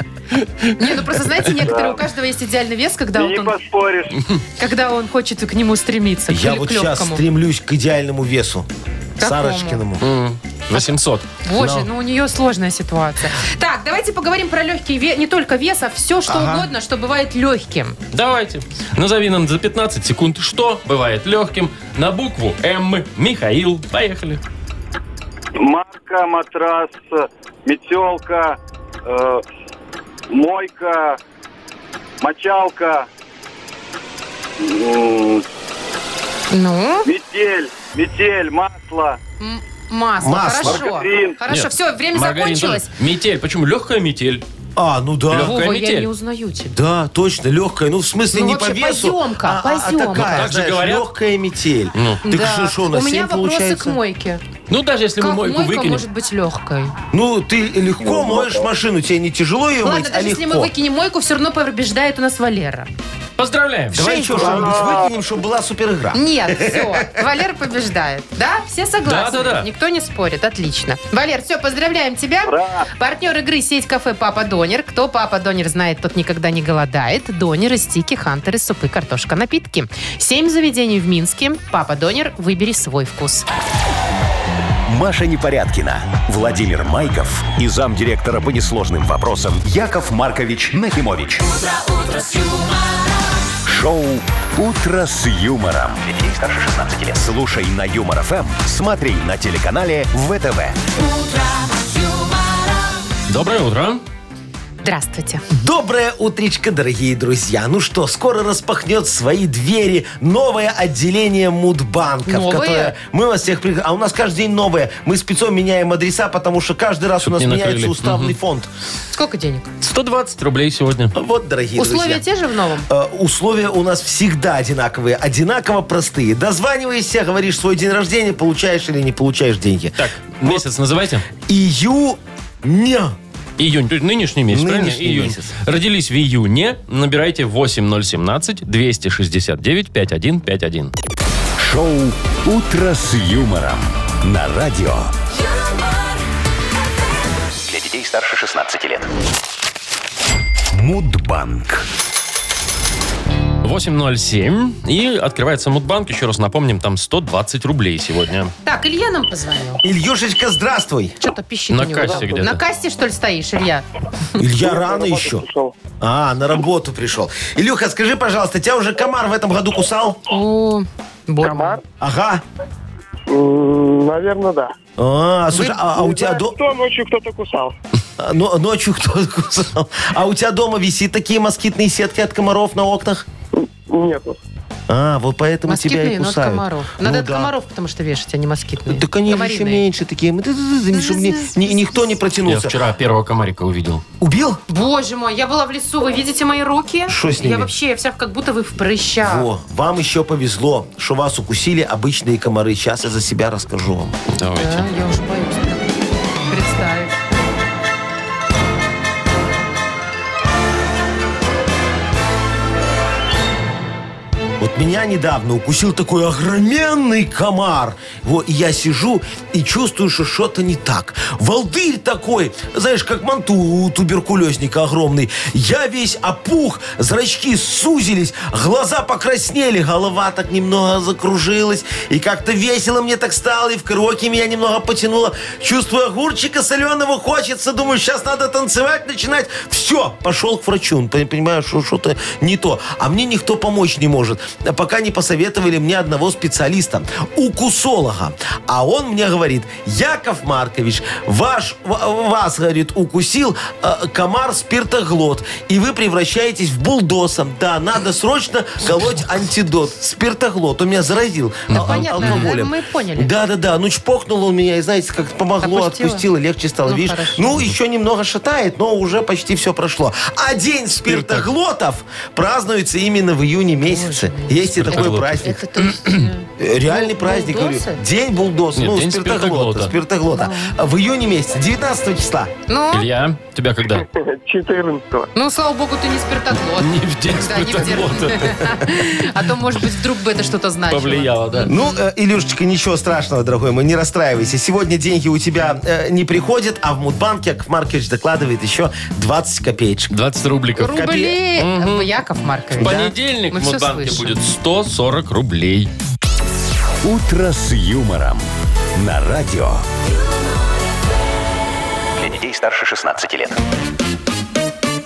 S2: Не, ну просто знаете, некоторые, у каждого есть идеальный вес, когда вот
S5: не
S2: он,
S5: поспоришь.
S2: когда он хочет к нему стремиться, к
S4: Я
S2: лё-
S4: вот
S2: к
S4: сейчас
S2: легкому.
S4: стремлюсь к идеальному весу.
S2: Какому?
S4: Сарочкиному.
S3: 800.
S2: Боже,
S4: Но.
S2: ну у нее сложная ситуация. Так, давайте поговорим про легкий вес, не только вес, а все что
S4: Ага.
S2: угодно, что бывает легким.
S3: Давайте. Назови нам за 15 секунд, что бывает легким. На букву М. Михаил. Поехали.
S5: Марка, матрас, метелка, э, мойка, мочалка, м,
S2: Ну,
S5: метель, метель, масло.
S2: м- масло,
S4: Масло.
S2: хорошо.
S5: Маргарин.
S2: Хорошо,
S3: Нет,
S2: все, время
S3: Маргарин
S2: закончилось.
S3: тоже. Метель. Почему? Легкая метель.
S4: А, ну да.
S3: Лёгкая
S2: Вова, я
S3: метель.
S2: не узнаю тебя.
S4: Да, точно, легкая. Ну, в смысле,
S2: Ну,
S4: не по
S2: вообще,
S4: весу.
S2: поземка,
S4: а- а- а
S2: поземка.
S4: такая,
S3: Так же
S4: знаешь,
S3: говорят.
S4: легкая метель.
S3: Ну.
S4: Так
S2: Да.
S4: что, что, у
S2: у
S4: нас
S2: меня
S4: семь
S2: вопросы
S4: получается?
S2: к мойке.
S3: Ну, даже если мы
S2: Как
S3: мойку
S2: мойка
S3: выкинем.
S2: может быть легкой?
S4: Ну, ты легко моешь машину, тебе не тяжело ее
S2: Ладно,
S4: мыть, а
S2: даже
S4: легко.
S2: если мы выкинем мойку, все равно побеждает у нас Валера.
S3: Поздравляем.
S4: Давай
S2: Шесть.
S4: еще что-нибудь выкинем, чтобы была супер игра.
S2: Нет, все, Валер побеждает. Да, все согласны?
S3: Да-да-да.
S2: Никто не спорит, отлично. Валер, все, поздравляем тебя.
S5: Ура!
S2: Партнер игры сеть кафе «Папа Донер». Кто «Папа Донер» знает, тот никогда не голодает. Донеры, стики, хантеры, супы, картошка, напитки. Семь заведений в Минске. «Папа Донер», выбери свой вкус.
S1: Маша Непорядкина, Владимир Майков и замдиректора по несложным вопросам Яков Маркович Нахимович. Шоу Утро с юмором. Детей старше 16 лет. Слушай на юмор ФМ, смотри на телеканале ВТВ.
S3: Доброе утро.
S2: Здравствуйте.
S4: Доброе утречко, дорогие друзья. Ну что, скоро распахнет свои двери новое отделение Мудбанка. в
S2: Новое?
S4: которое Мы вас всех пригла- А у нас каждый день новое. Мы спецом меняем адреса, потому что каждый раз
S3: Чтоб
S4: у нас
S3: не
S4: меняется
S3: накрыли.
S4: уставный фонд.
S2: Сколько денег?
S3: 120 рублей сегодня.
S4: Вот, дорогие
S2: Условия
S4: друзья.
S2: те же в новом?
S4: Э, Условия у нас всегда одинаковые, одинаково простые. Дозваниваешься, говоришь свой день рождения, получаешь или не получаешь деньги.
S3: Так, месяц называйте.
S4: Июня.
S3: Июнь, то есть нынешний месяц,
S4: Нынешний
S3: правильно? Июнь.
S4: месяц.
S3: Родились в июне, набирайте 8017-269-5151.
S1: Шоу Утро с юмором на радио. Для детей старше 16 лет. Мудбанк.
S3: 8.07. И открывается Мудбанк. Еще раз напомним, там 120 рублей сегодня.
S2: Так, Илья нам позвонил.
S4: Ильюшечка, здравствуй.
S2: Что-то пищит
S3: На
S2: у него.
S3: кассе где-то.
S2: На кассе, что ли, стоишь, Илья?
S4: Илья рано еще. А, на работу пришел. Илюха, скажи, пожалуйста, тебя уже комар в этом году кусал?
S2: О, больно.
S6: Комар?
S4: Ага.
S6: Наверное, да.
S4: А, слушай, а, а у тебя до...
S6: Кто ночью кто-то кусал?
S4: а, но- ночью кто кусал? А у тебя дома висит такие москитные сетки от комаров на окнах?
S6: Нету.
S4: А, вот поэтому тебя и
S2: Москитные, но от
S4: кусают.
S2: комаров. Надо
S4: Ну
S2: от
S4: да.
S2: комаров, потому что вешать, а не москитные.
S4: Да, конечно, еще
S2: Комариные.
S4: меньше такие. Мы- чтобы не- ни- Никто не
S3: Я
S4: протянулся.
S3: вчера первого комарика увидел.
S4: Убил?
S2: Боже мой, я была в лесу, вы видите мои руки?
S4: Шо с ними?
S2: Я вообще, я вся как будто вы в прыщах.
S4: Во, вам еще повезло, что вас укусили обычные комары. Сейчас я за себя расскажу вам.
S2: Да,
S3: Давайте.
S2: я уже боюсь прям представить.
S4: Вот меня недавно укусил такой огроменный комар. Во, и я сижу и чувствую, что что-то не так. Волдырь такой, знаешь, как манту у туберкулезника огромный. Я весь опух, зрачки сузились, глаза покраснели, голова так немного закружилась. И как-то весело мне так стало, и в караоке меня немного потянуло. Чувствую огурчика соленого хочется. Думаю, сейчас надо танцевать, начинать. Все, пошел к врачу. Пон- Понимаю, что что-то не то. А мне никто помочь не может. А Пока не посоветовали мне одного специалиста, укусолога. А он мне говорит, Яков Маркович, ваш, в- вас, говорит, укусил э, комар спиртоглот. И вы превращаетесь в булдоса. Да, надо срочно колоть антидот. Спиртоглот. Он меня заразил
S2: Да
S4: ал-
S2: понятно,
S4: алкоголем.
S2: мы поняли.
S4: Да-да-да, ну чпокнул он меня, и знаете, как помогло,
S2: Отпустило?
S4: отпустило, легче стало,
S2: Ну,
S4: видишь.
S2: хорошо.
S4: Ну, еще немного шатает, но уже почти все прошло. А День спиртоглотов празднуется именно в июне месяце. Есть и такой
S3: Спиртоглоты.
S4: праздник.
S2: Это то есть, э,
S4: Э, Реальный
S2: бу-
S4: праздник, говорю.
S2: булдосы?
S4: День булдос,
S3: Нет,
S4: ну,
S3: день
S4: спиртоглота.
S3: спиртоглота.
S4: спиртоглота. А В июне месяце, 19 числа.
S2: Ну,
S3: Илья, тебя когда?
S6: 14
S2: ну, слава богу, ты не спиртоглот.
S3: Не в день
S2: Да, не в день. А то, может быть, вдруг бы это что-то значило.
S3: Повлияло, да.
S4: Ну, э, Илюшечка, ничего страшного, дорогой мой, не расстраивайся. Сегодня деньги у тебя э, не приходят, а в Мудбанке Яков Маркович докладывает еще 20 копеечек.
S3: 20 рубликов.
S2: Рубли, Э, Яков
S3: В
S2: Маркович.
S3: понедельник
S2: Мы
S3: в
S2: всё
S3: Мудбанке
S2: слышим.
S3: будет 140 рублей.
S1: Утро с юмором на радио. Для детей старше 16 лет.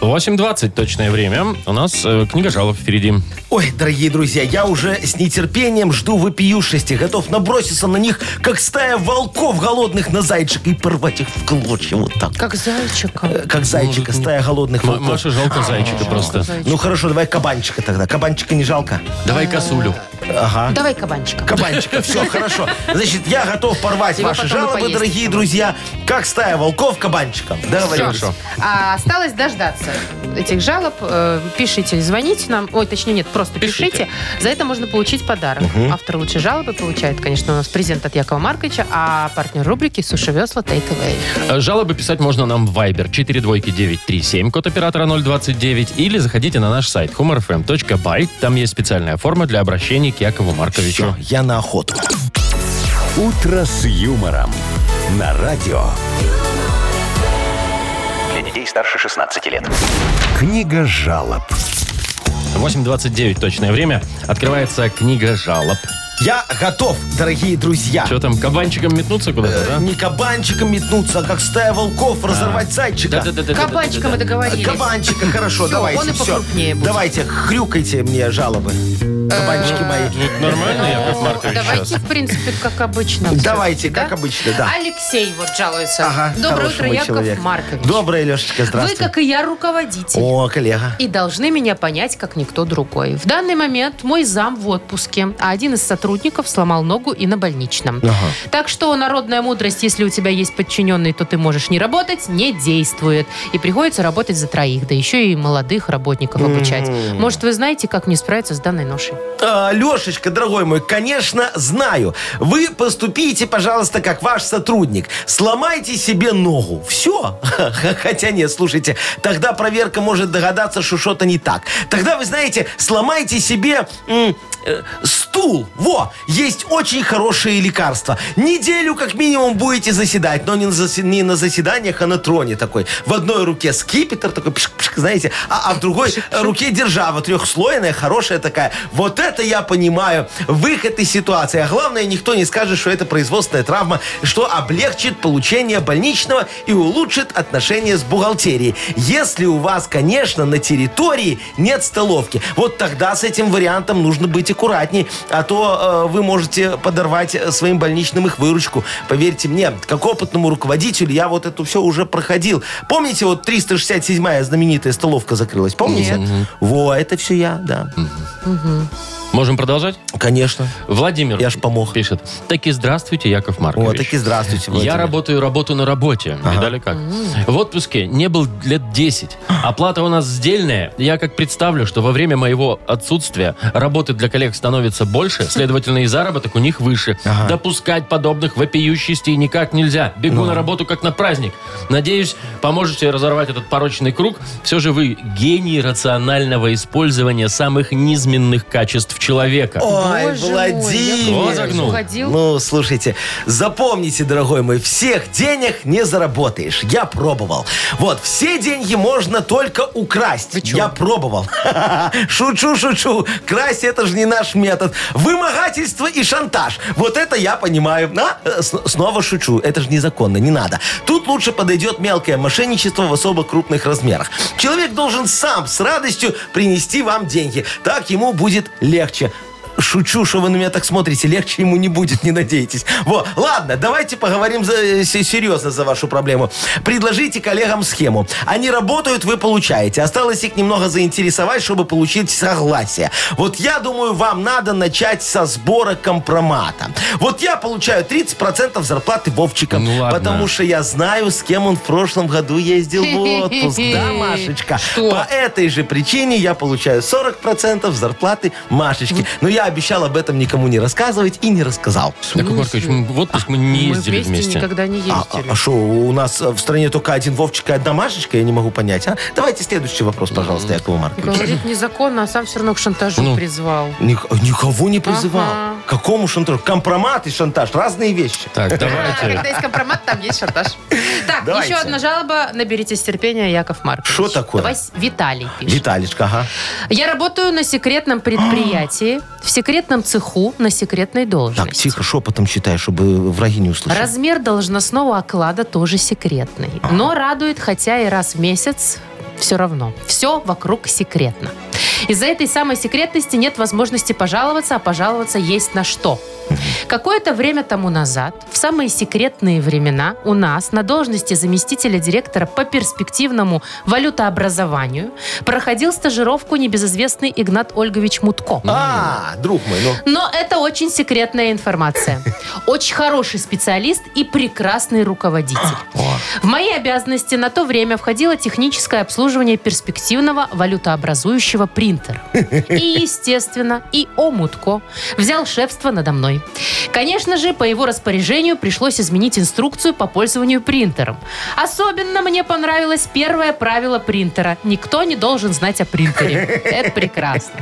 S3: 8.20 точное время. У нас э, книга жалоб впереди.
S4: Ой, дорогие друзья, я уже с нетерпением жду вопиюшести. Готов наброситься на них, как стая волков голодных на зайчик и порвать их в клочья вот так.
S2: Как зайчика.
S4: Э, Как зайчика, стая голодных
S3: М-
S4: волков.
S3: Маше жалко зайчика просто.
S2: зайчика.
S4: Ну хорошо, давай кабанчика тогда. Кабанчика не жалко.
S3: Давай косулю.
S4: Ага.
S2: Давай кабанчика.
S4: Кабанчика, все, хорошо. Значит, я готов порвать
S2: И вы
S4: ваши
S2: потом и
S4: жалобы,
S2: поесть.
S4: дорогие друзья. Как стая волков кабанчиком. Договорились.
S3: Всё.
S2: А осталось дождаться этих жалоб. Э, Пишите, звоните нам. Ой, точнее, нет, просто пишите.
S3: Пишите.
S2: За это можно получить подарок. Автор лучшей жалобы получает, конечно, у нас презент от Якова Марковича, а партнер рубрики «Суши весла» Take Away.
S3: Э, Жалобы писать можно нам в Viber 42937, код оператора 029, или заходите на наш сайт humorfm.by. Там есть специальная форма для обращений к Якову Марковичу.
S4: Всё, я на охоту.
S1: «Утро с юмором» на радио.
S7: Для детей старше 16 лет.
S1: Книга жалоб.
S3: 8.29 точное время. Открывается книга жалоб.
S4: Я готов, дорогие друзья.
S3: Что там, кабанчиком метнуться куда-то, да?
S4: Не кабанчиком метнуться, а как стая волков разорвать зайчика.
S3: Да-да-да-да-да-да-да.
S2: Кабанчика мы договорились.
S4: Кабанчика, хорошо,
S2: Всё,
S4: давайте.
S2: он и
S4: всё.
S2: покрупнее будет.
S4: Давайте, хрюкайте мне жалобы. Кабанчики
S2: Э,
S4: мои.
S3: Ну, Нормально, Яков Маркович,
S2: Давайте,
S3: сейчас?
S2: в принципе, как обычно. всё,
S4: Давайте, как обычно, да.
S2: Алексей вот жалуется.
S4: Ага,
S2: А, Доброе
S4: хороший
S2: утро,
S4: мой
S2: Яков
S4: человек.
S2: Маркович.
S4: Доброе, Лешечка,
S2: Вы,
S4: здравствуй.
S2: как и я, руководитель.
S4: О, коллега.
S2: и должны меня понять, как никто другой. В данный момент мой зам в отпуске, а один из сотрудников сломал ногу и на больничном. Так что народная мудрость, если у тебя есть подчиненный, то ты можешь не работать, не действует. И приходится работать за троих, да еще и молодых работников обучать. Может, вы знаете, как мне справиться с данной ношей?
S4: А, Лешечка, дорогой мой, конечно, знаю. Вы поступите, пожалуйста, как ваш сотрудник. Сломайте себе ногу. Все. Хотя нет, слушайте, тогда проверка может догадаться, что что-то не так. Тогда, вы знаете, сломайте себе м, э, стул. Во, есть очень хорошие лекарства. Неделю как минимум будете заседать, но не на, засе- не на заседаниях, а на троне такой. В одной руке скипетр такой, пшик-пшик, знаете, а, а в другой руке держава трехслойная, хорошая такая. Вот это я понимаю. Выход из ситуации. А главное, никто не скажет, что это производственная травма, что облегчит получение больничного и улучшит отношения с бухгалтерией. Если у вас, конечно, на территории нет столовки, вот тогда с этим вариантом нужно быть аккуратней, а то э, вы можете подорвать э, своим больничным их выручку. Поверьте мне, как опытному руководителю я вот это все уже проходил. Помните, вот 367-я знаменитая столовка закрылась, помните? Во, это все я, да.
S3: Можем продолжать?
S4: Конечно.
S3: Владимир
S4: Я ж помог.
S3: пишет. Таки здравствуйте, Яков Маркович.
S4: О, таки здравствуйте,
S3: Я
S4: Владимир.
S3: работаю работу на работе. Видали как? В отпуске не был лет 10. Оплата у нас сдельная. Я как представлю, что во время моего отсутствия работы для коллег становится больше, следовательно, и заработок у них выше. Допускать подобных вопиющестей никак нельзя. Бегу
S4: Ну.
S3: на работу как на праздник. Надеюсь, поможете разорвать этот порочный круг. Все же вы гений рационального использования самых низменных качеств человека.
S4: Ой,
S2: Боже мой, я
S4: Владимир.
S3: Во, загнул.
S2: Уходил.
S4: Ну, слушайте, запомните, дорогой мой, всех денег не заработаешь. Я пробовал. Вот, все деньги можно только украсть. Я пробовал. Шучу, шучу. Красть это же не наш метод. Вымогательство и шантаж. Вот это я понимаю. На, э, с- снова шучу. Это же незаконно, не надо. Тут лучше подойдет мелкое мошенничество в особо крупных размерах. Человек должен сам с радостью принести вам деньги. Так ему будет легче. Шучу, что вы на меня так смотрите. Легче ему не будет, не надейтесь. Во, ладно, давайте поговорим за- э, се- серьезно за вашу проблему. Предложите коллегам схему. Они работают, вы получаете. Осталось их немного заинтересовать, чтобы получить согласие. Вот я думаю, вам надо начать со сбора компромата. Вот я получаю 30% зарплаты Вовчика.
S3: Ну ладно.
S4: Потому что я знаю, с кем он в прошлом году ездил в отпуск. Да, Машечка?
S2: Что?
S4: По этой же причине я получаю 40% зарплаты Машечки. Но я обещал об этом никому не рассказывать и не рассказал.
S3: Яков Маркович, мы в отпуск мы не
S2: Мы
S3: ездили
S2: вместе,
S3: вместе.
S2: никогда не
S4: А
S2: ездили.
S4: что, у нас э, в стране только один Вовчик и одна Машечка? Я не могу понять. а? Давайте следующий вопрос, пожалуйста, Якова Маркович.
S2: Говорит незаконно, а сам все равно к шантажу
S3: Ну.
S2: призвал.
S4: Ник- никого не призывал.
S2: Ага.
S4: К Какому шантажу? Компромат и шантаж. Разные вещи.
S3: Так,
S2: А,
S3: давайте.
S2: Когда есть компромат, там есть шантаж. Так,
S4: Давайте.
S2: еще одна жалоба. Наберитесь терпения, Яков Маркович.
S4: Шо такое?
S2: Вась- Виталий пишет.
S4: Виталичка, ага.
S2: Я работаю на секретном предприятии, в секретном цеху, на секретной
S4: Так,
S2: должности.
S4: тихо, шепотом читай, чтобы враги не услышали.
S2: Размер должностного оклада тоже секретный. Но радует, хотя и раз в месяц все равно. Все вокруг секретно. Из-за этой самой секретности нет возможности пожаловаться, а пожаловаться есть на что. Какое-то время тому назад, в самые секретные времена, у нас на должности заместителя директора по перспективному валютообразованию проходил стажировку небезызвестный Игнат Ольгович Мутко.
S4: А, друг мой, ну.
S2: Но это очень секретная информация. Очень хороший специалист и прекрасный руководитель. В мои обязанности на то время входило техническое обслуживание перспективного валютообразующего принтера. И, естественно, и Омутко взял шефство надо мной. Конечно же, по его распоряжению пришлось изменить инструкцию по пользованию принтером. Особенно мне понравилось первое правило принтера. Никто не должен знать о принтере. Это прекрасно.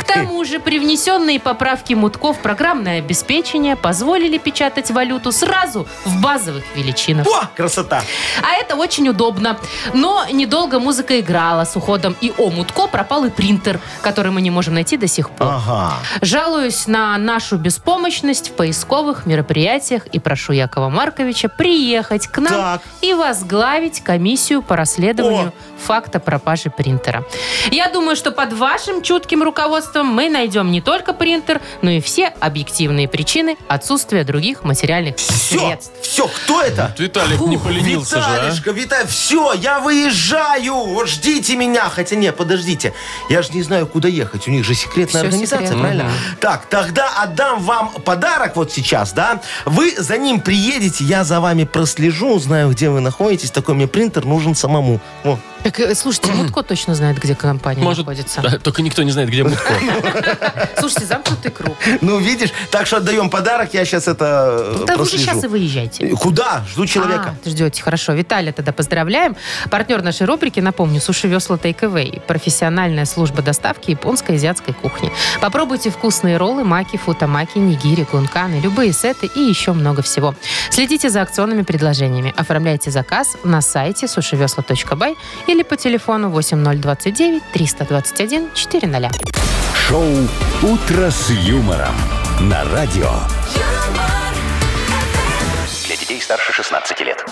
S2: К тому же, привнесенные поправки Мутко в программное обеспечение позволили печатать валюту сразу в базовых величинах.
S4: О, красота.
S2: А это очень удобно. Но недолго музыка играла с уходом и о Мутко пропал и принтер, который мы не можем найти до сих пор.
S4: Ага.
S2: Жалуюсь на нашу беспомощность в поисковых мероприятиях и прошу Якова Марковича приехать к нам
S4: Так.
S2: и возглавить комиссию по расследованию
S4: О.
S2: факта пропажи принтера. Я думаю, что под вашим чутким руководством мы найдем не только принтер, но и все объективные причины отсутствия других материальных
S4: Все,
S2: средств.
S4: все, кто это?
S3: Виталик не поленился же, а?
S4: Виталишка, Вита- все, я выезжаю, вот ждите меня. Хотя нет, подождите, я же не знаю, куда ехать. У них же секретная
S2: Всё
S4: организация,
S2: секретно.
S4: правильно? Так, тогда отдам вам подарок вот сейчас, да? Вы за ним приедете, я за вами прослежу, узнаю, где вы находитесь. Такой мне принтер нужен самому. О,
S2: Так, э, слушайте, Мутко точно знает, где компания
S3: Может,
S2: находится.
S3: да, только никто не знает, где Мутко.
S2: Слушайте, замкнутый круг.
S3: Э,
S4: ну, видишь, так что отдаем подарок, я сейчас это э,
S2: Да вы же
S4: прослежу.
S2: сейчас и выезжайте.
S3: Э,
S4: Куда? Жду человека.
S2: А, ждете, хорошо. Виталия тогда поздравляем. Партнер нашей рубрики, напомню, суши весла Takeaway. Профессиональная служба доставки японской и азиатской кухни. Попробуйте вкусные роллы, маки, футамаки, нигири, гунканы, любые сеты и еще много всего. Следите за акционными предложениями. Оформляйте заказ на сайте сушевесла.бай или по телефону 8029 321 400.
S1: Шоу «Утро с юмором» на радио.
S7: Для детей старше 16 лет.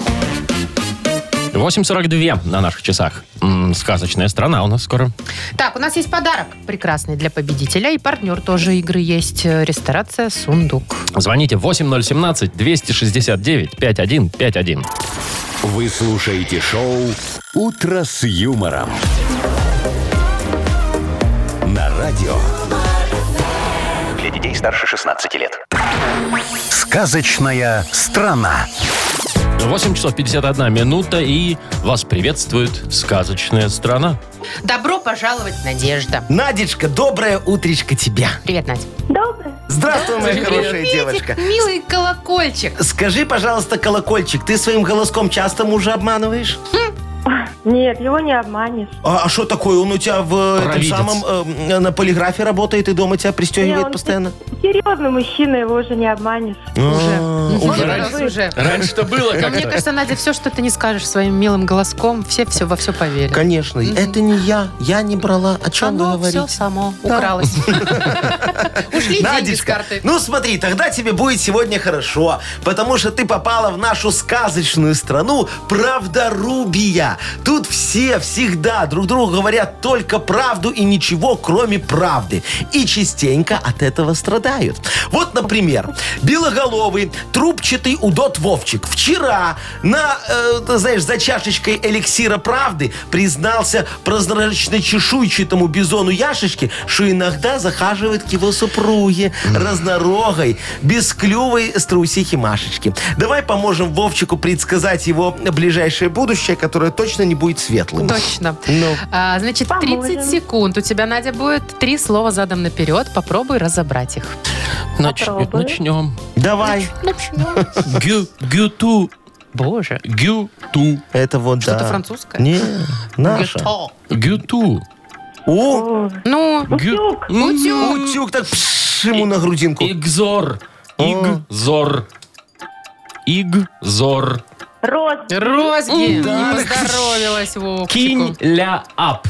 S3: 8.42 на наших часах. М, сказочная страна у нас скоро.
S2: Так, у нас есть подарок прекрасный для победителя. И партнер тоже игры есть. э, Ресторация «Сундук».
S3: Звоните 8017-269-5151.
S1: Вы слушаете шоу «Утро с юмором» на радио.
S7: Для детей старше 16 лет.
S1: Сказочная страна.
S3: 8 часов 51 минута и вас приветствует сказочная страна.
S2: Добро пожаловать, Надежда.
S4: Надечка, доброе утречко тебя.
S2: Привет, Надя.
S4: Здравствуй, моя хорошая девочка.
S2: Милый колокольчик.
S4: Скажи, пожалуйста, колокольчик, ты своим голоском часто мужа обманываешь?
S8: Нет, его не обманешь.
S4: А что такое? Он у тебя в этом
S3: Провидец.
S4: самом э, м, на полиграфе работает и дома тебя
S8: Не,
S4: пристегивает
S8: он
S4: постоянно?
S8: Серьезный мужчина, его уже не обманешь.
S4: А,
S2: Уже.
S4: уже.
S2: раз уже.
S3: Раньше-то было
S2: Но мне
S3: как-то.
S2: кажется, Надя, все, что ты не скажешь своим милым голоском, все все во все поверят.
S4: Конечно, это не я, я не брала. О чем вы
S2: Оно все
S4: говорите?
S2: само укралось. Ушли деньги с
S4: Надечка,
S2: карты.
S4: ну смотри, тогда тебе будет сегодня хорошо, потому что ты попала в нашу сказочную страну правдорубия. Тут все всегда друг другу говорят только правду и ничего, кроме правды. И частенько от этого страдают. Вот, например, белоголовый, трубчатый удот Вовчик вчера на, э, ты знаешь, за чашечкой эликсира правды признался прозрачно-чешуйчатому бизону Яшечке, что иногда захаживает к его супруге, разнорогой, бесклювой струсихи Машечки. Давай поможем Вовчику предсказать его ближайшее будущее, которое точно не будет светлым.
S2: Точно.
S4: Ну.
S2: А, значит,
S8: Поможем.
S2: 30 секунд. У тебя, Надя, будет три слова задом наперед. Попробуй разобрать их.
S3: Нач-
S8: Попробую.
S3: Начнем.
S4: Давай.
S3: Гю- Гюту.
S2: Боже.
S3: Гюту.
S4: Это вот
S2: Что-то
S4: да.
S2: французское?
S4: Не, наша.
S2: Гето.
S3: Гюту.
S4: О,
S2: Ну,
S3: Гю-
S8: Утюг.
S3: М,
S4: утюг так пш, ему на грудинку.
S3: Игзор. Игзор. Игзор.
S8: Рост.
S2: розги.
S3: Да.
S2: Не поздоровилась Вовчику.
S3: Кинь-ля-ап.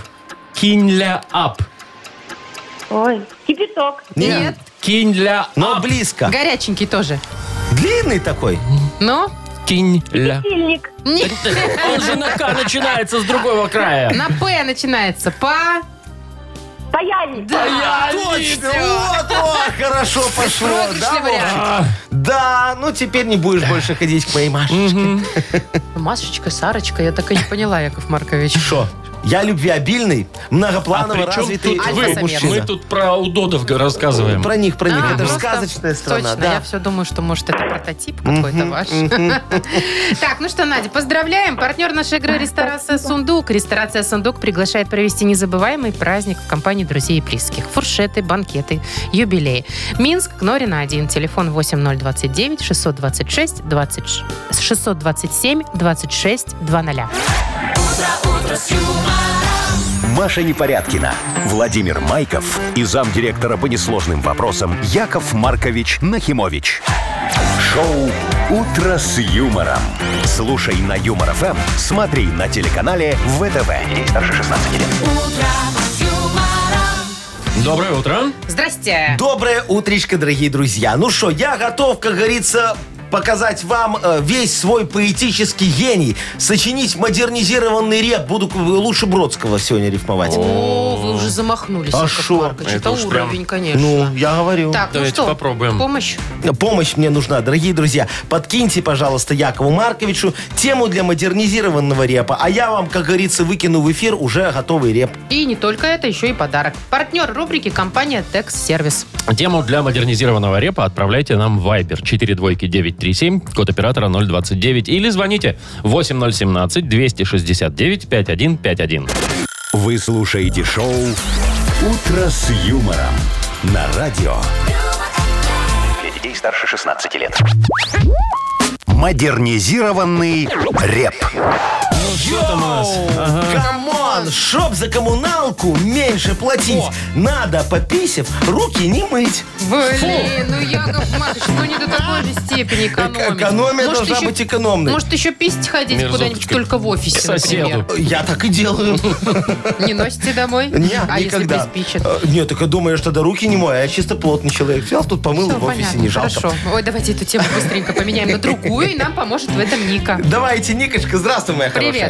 S3: Кинь-ля-ап.
S8: Ой. Кипяток.
S2: Нет.
S3: Кинь-ля-ап.
S4: Но близко.
S2: Горяченький тоже.
S4: Длинный такой.
S2: Но
S3: Тинь-ля.
S8: Сильник.
S3: Он же на К начинается с другого края.
S2: На П начинается. Па.
S8: Паяльник.
S4: Точно! Вот, вот, хорошо пошло. Да,
S2: Проигрышный
S4: Вовчик?
S2: вариант.
S3: А,
S4: Да, ну теперь не будешь больше ходить к моей Машечке.
S2: Машечка, Сарочка, я так и не поняла, Яков Маркович.
S4: Что? Я любвеобильный, многопланово
S3: А при чем
S4: развитый
S3: тут
S2: вы?
S4: мужчина.
S3: Мы тут про удодов рассказываем.
S4: Про них, про них.
S2: А,
S4: это же
S2: просто
S4: сказочная страна.
S2: Точно, я
S4: Да.
S2: все думаю, что, может, это прототип какой-то ваш. Так, ну что, Надя, поздравляем. Партнер нашей игры «Ресторация Сундук». «Ресторация Сундук» приглашает провести незабываемый праздник в компании друзей и близких. Фуршеты, банкеты, юбилеи. Минск, Кнорина 1, телефон 8029 626 20 627 26 00.
S1: Маша Непорядкина, Владимир Майков и замдиректора по несложным вопросам Яков Маркович Нахимович. Шоу «Утро с юмором». Слушай на Юмор ФМ, смотри на телеканале ВТВ. Ей старше 16 лет.
S3: Доброе утро.
S2: Здрасте.
S4: Доброе утречко, дорогие друзья. Ну что, я готов, как говорится, показать вам э, весь свой поэтический гений. Сочинить модернизированный реп. Буду к- лучше Бродского сегодня рифмовать.
S2: О, вы уже замахнулись,
S4: А
S2: Яков
S4: шо?
S2: Маркович.
S3: Это
S2: Это
S3: уж прям-
S2: уровень,
S4: Ну,
S2: конечно.
S4: я говорю.
S2: Так, ну
S3: Давайте
S2: что,
S3: попробуем.
S2: помощь?
S4: Помощь мне нужна, дорогие друзья. Подкиньте, пожалуйста, Якову Марковичу тему для модернизированного репа. А я вам, как говорится, выкину в эфир уже готовый реп.
S2: И не только это, еще и подарок. Партнер рубрики компания Текс Сервис.
S3: Тему для модернизированного репа отправляйте нам в Viber 42937, код оператора 029, или звоните 8017-269-5151.
S1: Вы слушаете шоу «Утро с юмором» на радио
S7: Для детей старше 16 лет.
S1: «Модернизированный реп».
S4: Камон, чтоб за коммуналку меньше платить, надо, пописев, руки не мыть.
S2: Блин, ну Яков Маркович, ну не до такой же степени экономить.
S4: Э, Экономия
S2: Может,
S4: должна
S2: еще-
S4: быть экономной.
S2: Может, еще писать ходить
S3: Мерзоточка.
S2: куда-нибудь только в
S3: К
S2: офисе,
S3: соседу.
S2: например.
S4: Я так и делаю.
S2: Не носите домой?
S4: Не,
S2: а
S4: никогда.
S2: если без пичек?
S4: Э, Не, так и думаешь, что до руки не мой, а я чисто плотный человек. Взял тут, помыл,
S2: Всё,
S4: в офисе
S2: понятно,
S4: не жалко.
S2: Хорошо. Ой, давайте эту тему быстренько поменяем на другую, и нам поможет в этом Ника.
S4: Давайте, Никочка, здравствуй, моя
S2: Привет.
S4: хорошая.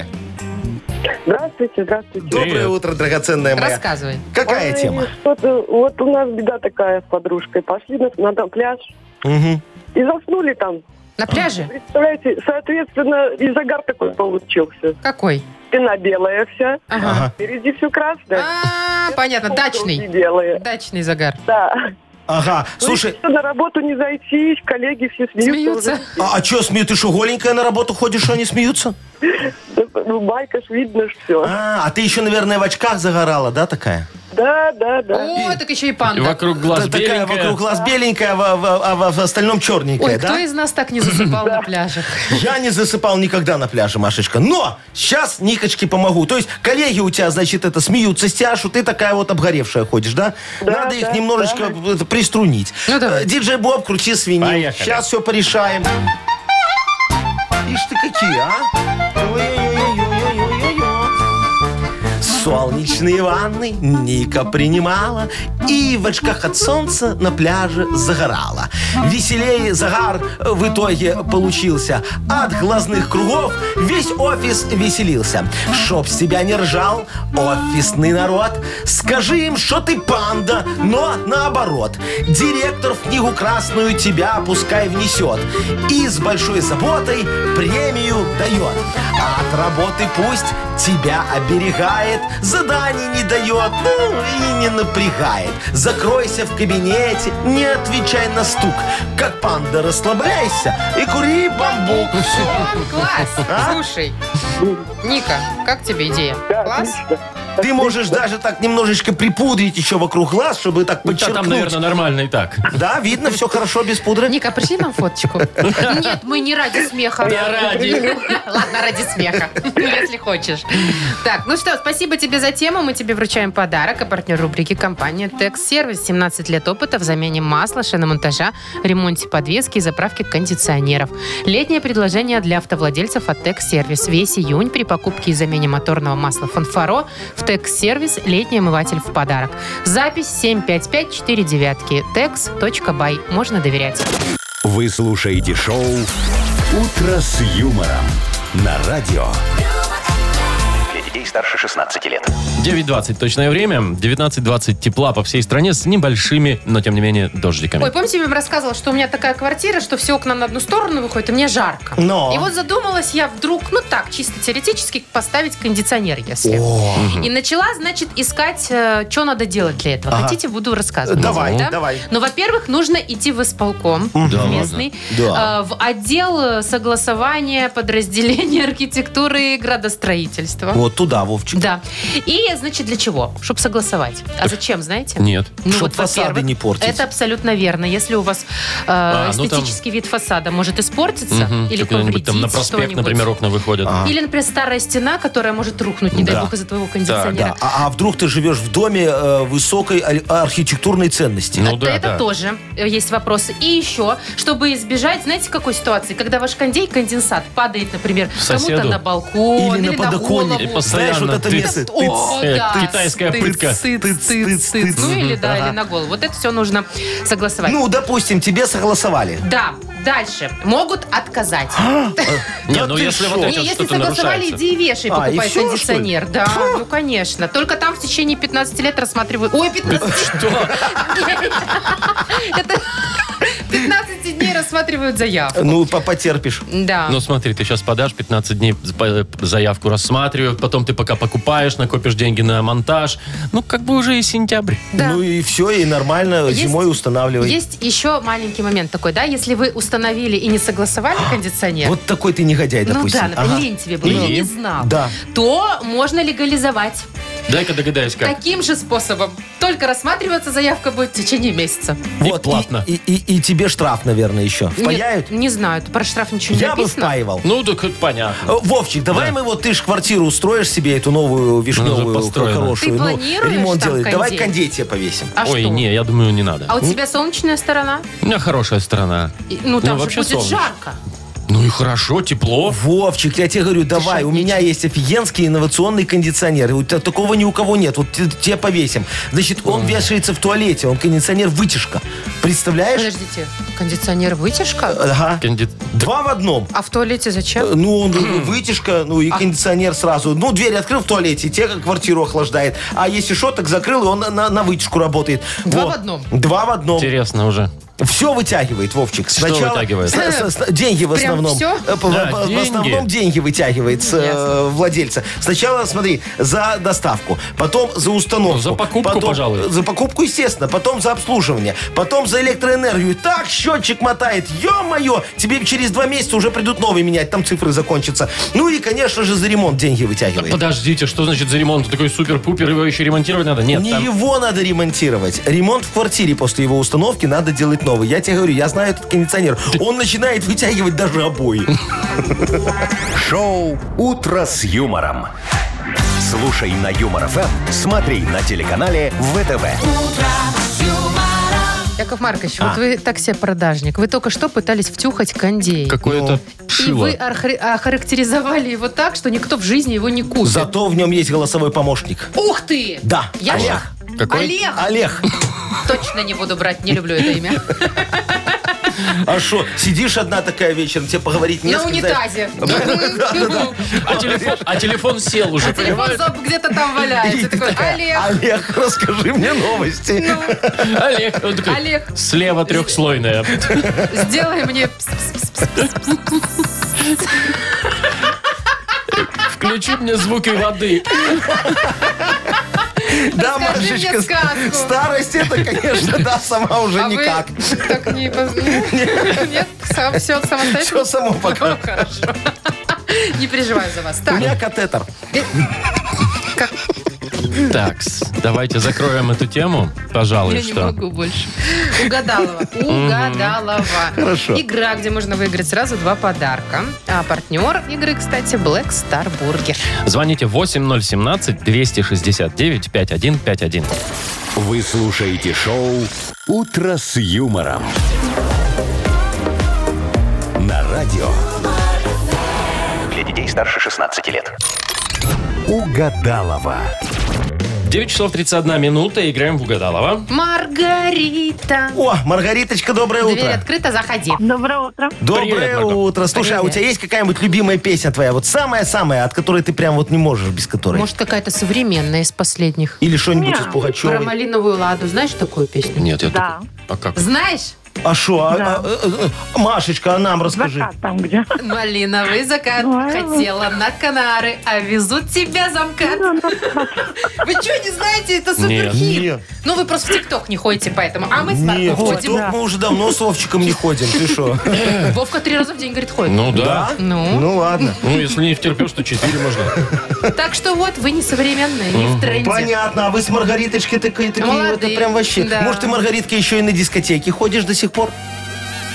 S6: Здравствуйте, здравствуйте.
S4: Доброе
S3: Привет.
S4: утро, драгоценная моя.
S2: Рассказывай.
S4: Какая
S6: Ой,
S4: тема?
S6: что-то- вот у нас беда такая с подружкой. Пошли на, на там пляж
S4: Мгм.
S6: и заснули там.
S2: На пляже?
S6: Представляете, соответственно, и загар такой получился.
S2: Какой?
S6: Спина белая вся,
S2: Ага.
S6: впереди все красное.
S2: А, понятно,
S6: руки
S2: дачный.
S6: белые.
S2: Дачный загар.
S6: Да.
S4: Ага,
S6: Ну,
S4: слушай,
S6: и что, на работу не зайти, коллеги все смеются.
S2: Смеются.
S4: а, а что смеют? Ты что, голенькая на работу ходишь, что они смеются?
S6: уже. Ну, байка ж видно все.
S4: А, а ты еще, наверное, в очках загорала, да, такая?
S6: Да, да, да.
S2: О, так еще и
S3: И
S2: панда.
S3: вокруг глаз
S4: Та- такая
S3: беленькая.
S4: вокруг глаз беленькая, а во- во- а во- в остальном черненькая,
S2: Ой,
S4: да?
S2: кто из нас так не засыпал на пляжах?
S4: Я не засыпал никогда на пляже, Машечка. Но сейчас Никочке помогу. То есть коллеги у тебя, значит, это смеются, стяшу, ты такая вот обгоревшая ходишь, да? Надо их
S6: да,
S4: немножечко это, приструнить.
S2: Ну, давай.
S4: Э, Диджей Боб, крути свинил.
S3: Поехали.
S4: Сейчас все порешаем. Ишь ты какие, а? Ой-ой-ой-ой-ой-ой-ой. Солнечные ванны Ника принимала И в очках от солнца на пляже загорала Веселее загар в итоге получился От глазных кругов весь офис веселился Чтоб с тебя не ржал офисный народ Скажи им, что ты панда, но наоборот Директор в книгу красную тебя пускай внесет И с большой заботой премию дает А от работы пусть тебя оберегает Заданий не дает, ну и не напрягает Закройся в кабинете, не отвечай на стук Как панда расслабляйся и кури бамбук Всё.
S2: Вон, класс! Слушай, Ника, как тебе идея?
S6: Да,
S2: Класс?
S6: отлично.
S4: Ты можешь даже так немножечко припудрить еще вокруг глаз, чтобы так
S3: Ну, Да,
S4: подчеркнуть.
S3: там, наверное, нормально и так.
S4: Да, видно, все хорошо без пудры.
S2: Ника, пришли нам фоточку? Нет, мы не ради смеха.
S3: Да ради.
S2: Ладно, ради смеха, если хочешь. Так, ну что, спасибо тебе за тему. Мы тебе вручаем подарок. А партнер рубрики компания Текс Сервис. 17 лет опыта в замене масла, шиномонтажа, ремонте подвески и заправке кондиционеров. Летнее предложение для автовладельцев от Текс Сервис. Весь июнь при покупке и замене моторного масла Фанфаро в Текс Сервис летний омыватель в подарок. Запись 75549 tex.by. Можно доверять.
S1: Вы слушаете шоу «Утро с юмором» на радио.
S7: Для детей старше 16 лет.
S3: 9.20 точное время, 19.20 тепла по всей стране с небольшими, но тем не менее, дождиками.
S2: Ой, помните, я вам рассказывала, что у меня такая квартира, что все окна на одну сторону выходят, и мне жарко.
S4: Но.
S2: И вот задумалась я вдруг, ну так, чисто теоретически, поставить кондиционер, если. И начала, значит, искать, что надо делать для этого. Хотите, буду рассказывать.
S4: Давай,
S2: да?
S4: давай.
S2: Но, во-первых, нужно идти в исполком
S3: Да
S2: в местный, э,
S4: Да.
S2: в отдел э, согласования подразделения архитектуры и градостроительства.
S4: А? Вот туда, Вовчик.
S2: Да. И, значит, для чего? Чтобы согласовать. А зачем, знаете?
S3: Нет.
S2: Ну,
S4: Чтоб
S2: вот,
S4: фасады
S2: во-первых,
S4: не портить.
S2: Это абсолютно верно. Если у вас э,
S3: А, ну, там-
S2: эстетический вид фасада может испортиться
S3: Мгм.
S2: или
S3: Что куда-нибудь
S2: повредить
S3: там на проспект,
S2: что-нибудь. А.
S3: например, окна выходят.
S2: Или, например, старая стена, которая может рухнуть, не дай
S4: Да.
S2: бог, из-за твоего кондиционера.
S4: Да. А, а вдруг ты живешь в доме э, высокой аль- архитектурной ценности?
S3: Ну,
S2: Это-
S3: да,
S2: это
S3: да.
S2: тоже э, есть вопросы. И еще, чтобы избежать, знаете, какой ситуации? Когда ваш кондей, конденсат падает, например,
S3: Соседу.
S2: кому-то на балкон,
S4: Или на подоконник.
S2: голову.
S3: И
S4: Знаешь, вот
S3: постоянно
S4: это
S3: ты-
S4: место.
S2: О,
S3: Э,
S2: да.
S3: китайская
S2: Стыц,
S3: пытка.
S2: стыц,
S4: Тыц,
S2: стыц,
S4: тыц,
S2: стыц. Ну
S4: тыц.
S2: или да,
S4: Ага.
S2: или на голову. Вот это все нужно согласовать.
S4: Ну, допустим, тебе согласовали.
S2: Да, дальше. Могут отказать.
S4: А,
S3: Не,
S4: Да
S3: ну
S4: ты
S3: если
S4: шо?
S3: вот
S2: Не,
S3: это
S2: если
S3: что-то
S2: согласовали,
S3: нарушается.
S2: иди и вешай,
S4: А, и
S2: покупай
S4: всё,
S2: кондиционер. Да, ну конечно. Только там в течение 15 лет рассматривают... Ой, 15
S3: Что?
S2: Это 15 дней рассматривают заявку.
S4: Ну, по- потерпишь.
S2: Да.
S3: Ну смотри, ты сейчас подашь 15 дней по- э, заявку рассматривают, потом ты пока покупаешь, накопишь деньги на монтаж. Ну, как бы уже и сентябрь.
S2: Да.
S4: Ну и все, и нормально
S2: Есть-
S4: зимой устанавливай.
S2: Есть еще маленький момент такой, да, если вы установили и не согласовали кондиционер,
S4: А, Вот такой ты негодяй,
S2: ну
S4: допустим.
S2: да, например,
S4: Ага.
S2: лень тебе было,
S3: Ну.
S2: не знал,
S4: Да.
S2: то можно легализовать
S3: Дай-ка догадаюсь, как.
S2: таким же способом. Только рассматриваться заявка будет в течение месяца.
S3: И
S4: Вот,
S3: платно.
S4: И, и- и тебе штраф, наверное, еще.
S2: Нет,
S4: Впаяют?
S2: не знаю, про штраф ничего не
S4: Я бы
S2: написано.
S4: впаивал.
S3: Ну, так это
S4: Э,
S3: понятно.
S4: Вовчик, давай
S3: Да.
S4: мы вот ты ж квартиру устроишь себе эту новую вишневую
S3: построена.
S4: хорошую.
S2: Ты
S4: ну,
S2: планируешь
S4: ремонт
S2: там
S4: делать. Давай
S2: кондей?
S4: кондей тебе повесим.
S2: А
S3: Ой,
S2: что?
S3: не, я думаю, не надо.
S2: А у тебя солнечная сторона?
S3: У меня хорошая сторона.
S2: И- Ну, там же
S3: вообще
S2: будет
S3: солнечно.
S2: жарко.
S3: Ну и хорошо, тепло.
S4: Вовчик, я тебе говорю, давай, у меня есть офигенский инновационный кондиционер. И у тебя такого ни у кого нет. Вот те- тебе повесим. Значит, он вешается в туалете, он кондиционер вытяжка. Представляешь?
S2: Подождите, кондиционер вытяжка?
S4: Ага.
S3: Канди-
S4: Два в одном.
S2: А в туалете зачем?
S4: Ну, он вытяжка, ну и кондиционер сразу. Ну, дверь открыл в туалете, те как квартиру охлаждает. А если шо, так закрыл, и он на- на, на вытяжку работает.
S2: Два
S4: Во.
S2: в одном.
S4: Два в одном.
S3: Интересно уже.
S4: Все вытягивает, Вовчик.
S3: вытягивает?
S4: с- с- с- деньги в
S2: Прям
S4: основном.
S2: всё?
S4: Э, по-
S3: Да,
S4: по- в,
S3: деньги.
S4: основном деньги вытягивает с, э,
S2: Ясно.
S4: владельца. Сначала, смотри, за доставку, потом за установку.
S3: Ну, за покупку,
S4: потом-
S3: пожалуй.
S4: За покупку, естественно, потом за обслуживание, потом за электроэнергию. Так счетчик мотает. Ё-моё! Тебе через два месяца уже придут новые менять, там цифры закончатся. Ну и, конечно же, за ремонт деньги вытягивает.
S3: Подождите, что значит за ремонт? Такой супер-пупер, его еще ремонтировать надо? Нет,
S4: Не
S3: там-
S4: его надо ремонтировать. Ремонт в квартире после его установки надо делать новый. Я тебе говорю, я знаю этот кондиционер. Он начинает вытягивать даже обои.
S1: Шоу «Утро с юмором». Слушай на Юмор ФМ, смотри на телеканале ВТВ.
S2: Яков Маркович,
S4: а.
S2: вот вы так себе продажник. Вы только что пытались втюхать кондей.
S3: Какое-то
S2: И
S3: шило.
S2: вы архри- охарактеризовали его так, что никто в жизни его не купит.
S4: Зато в нем есть голосовой помощник.
S2: Ух ты!
S4: Да,
S2: Я
S4: Олег.
S2: Олег.
S3: Какой?
S2: Олег!
S4: Олег,
S2: Точно не буду брать, не люблю это имя.
S4: а что, сидишь одна такая вечером, тебе поговорить не
S2: На
S4: с кем,
S2: унитазе. ну,
S3: А телефон, а телефон сел уже,
S2: Телефон
S3: понимаешь?
S2: зоб где-то там
S4: знаешь. И
S2: валяется.
S4: ты
S2: Такой,
S4: такая,
S2: Олег!
S4: Олег, расскажи мне новости.
S3: Олег, он
S4: «А,
S3: такой,
S2: Олег.
S3: Слева трехслойная.
S2: Сделай мне... пс-пс-пс-пс-пс».
S3: Включи мне звуки воды.
S4: да,
S2: расскажи
S4: Машечка,
S2: мне сказку.
S4: старость это, конечно, да, сама уже
S2: А вы
S4: никак.
S2: Так не... поз- Нет, все
S4: Все
S2: самостоятельно?
S4: само пока.
S2: Ну, Хорошо. Не переживаю за вас.
S4: У
S2: Так,
S4: меня катетер.
S3: Такс, давайте закроем эту тему, пожалуй,
S2: я не
S3: что.
S2: могу больше. Угадалова. Угадалова.
S4: Хорошо.
S2: Игра, где можно выиграть сразу два подарка. А партнер игры, кстати, Black Star Burger.
S3: Звоните 8017-269-5151.
S1: Вы слушаете шоу «Утро с юмором». На радио
S7: Для детей старше 16 лет.
S1: «Угадалова».
S3: 9 часов 31 минута, играем в Угадалова.
S2: Маргарита.
S4: О, Маргариточка, доброе
S2: Дверь
S4: утро.
S2: открыта, заходи.
S8: Доброе утро.
S4: Доброе
S3: Привет, Марго.
S4: утро. Слушай, а у
S2: Привет.
S4: тебя есть какая-нибудь любимая песня твоя? Вот самая-самая, от которой ты прям вот не можешь без которой.
S2: Может, какая-то современная из последних.
S4: Или что-нибудь
S8: Не.
S4: из
S2: Про
S4: Пугачевой.
S2: малиновую ладу. Знаешь такую песню?
S3: Нет, я
S8: Да.
S3: такой- А как?
S2: Знаешь?
S4: А что?
S8: Да.
S4: Машечка, а нам расскажи.
S8: Закат там где.
S2: Малиновый закат.
S8: Ой.
S2: Хотела на Канары, а везут тебя замкат. Вы что, не знаете? Это
S3: Нет.
S2: суперхит.
S4: Нет.
S2: Ну, вы просто в ТикТок не ходите, поэтому. А мы с
S4: Не,
S2: Марком
S4: в
S2: ходим.
S4: ТикТок мы уже давно с Вовчиком не ходим. Ты что?
S2: Вовка три раза в день, говорит, ходит.
S3: Ну да.
S2: Ну.
S4: Ну ладно.
S3: Ну, если не втерпешь, то 4 можно.
S2: Так что вот, вы не современные, не в тренде.
S4: Понятно, а вы с Маргариточкой такие, такие
S2: Молодые,
S4: это прям вообще.
S2: да.
S4: Может, ты, Маргаритка, еще и на дискотеке ходишь до сих пор?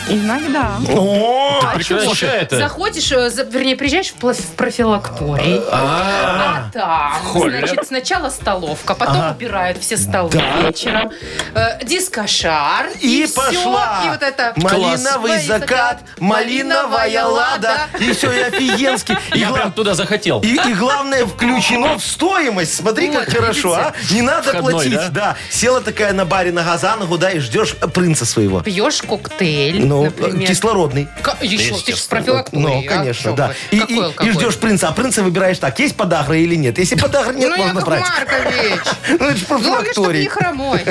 S8: Иногда.
S4: О, а
S2: А
S3: Прекращай это.
S2: Заходишь, э, за- вернее, приезжаешь в, пла- в профилакторий,
S4: а,
S2: а там, значит, сначала столовка, потом убирают все столы вечером, э, дискошар,
S4: И,
S2: всё,
S4: пошла.
S2: и вот это...
S4: Малиновый
S2: Класс.
S4: закат, малиновая лада. И все, и офигенски. И,
S3: Я
S4: гла-
S3: прям туда захотел.
S4: и- и главное, включено в стоимость. Смотри, как
S2: Вот,
S4: хорошо, а. Не надо
S3: Входной,
S4: платить.
S3: да?
S4: Да? села такая на баре на Газаногу, да, и ждешь э, принца своего.
S2: Пьешь коктейль,
S4: Ну, э,
S2: например.
S4: кислородный.
S2: Ка- еще, ты же в профилактории.
S4: Ну,
S2: а
S4: конечно,
S2: чё
S4: да.
S2: вы?
S4: И,
S2: Какой
S4: и- и
S2: алкоголь?
S4: ждешь принца. А принца выбираешь так, есть подагра или нет. Если подагры нет,
S2: Ну,
S4: можно
S2: Яков
S4: брать.
S2: Маркович,
S4: Ну, это
S2: главное,
S4: же
S2: чтобы
S4: профилакторий.
S2: не хромой.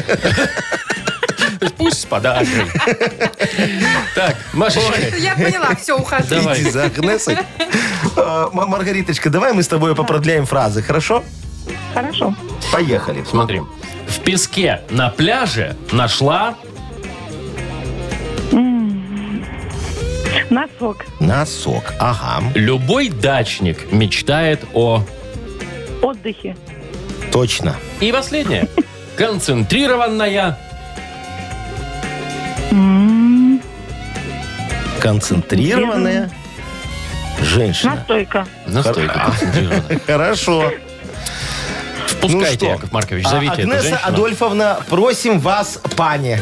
S3: Пусть с подарком. Так, Машечка,
S2: Я поняла, все, ухожу.
S3: Давай.
S4: Иди за Агнесой. А, Ма- Маргариточка, давай мы с тобой поправляем фразы, хорошо?
S8: Хорошо.
S4: Поехали.
S3: смотри. В песке на пляже нашла...
S8: Носок.
S4: Носок. Ага.
S3: Любой дачник мечтает о...
S8: Отдыхе.
S4: Точно.
S3: И последнее. Концентрированная...
S4: Концентрированная женщина.
S8: Настойка.
S3: Настойка концентрированная.
S4: Хорошо. Ну что?
S3: Впускайте, Яков Маркович,
S4: А,
S3: зовите эту
S4: Агнеса
S3: женщину.
S4: Адольфовна, просим вас, пане,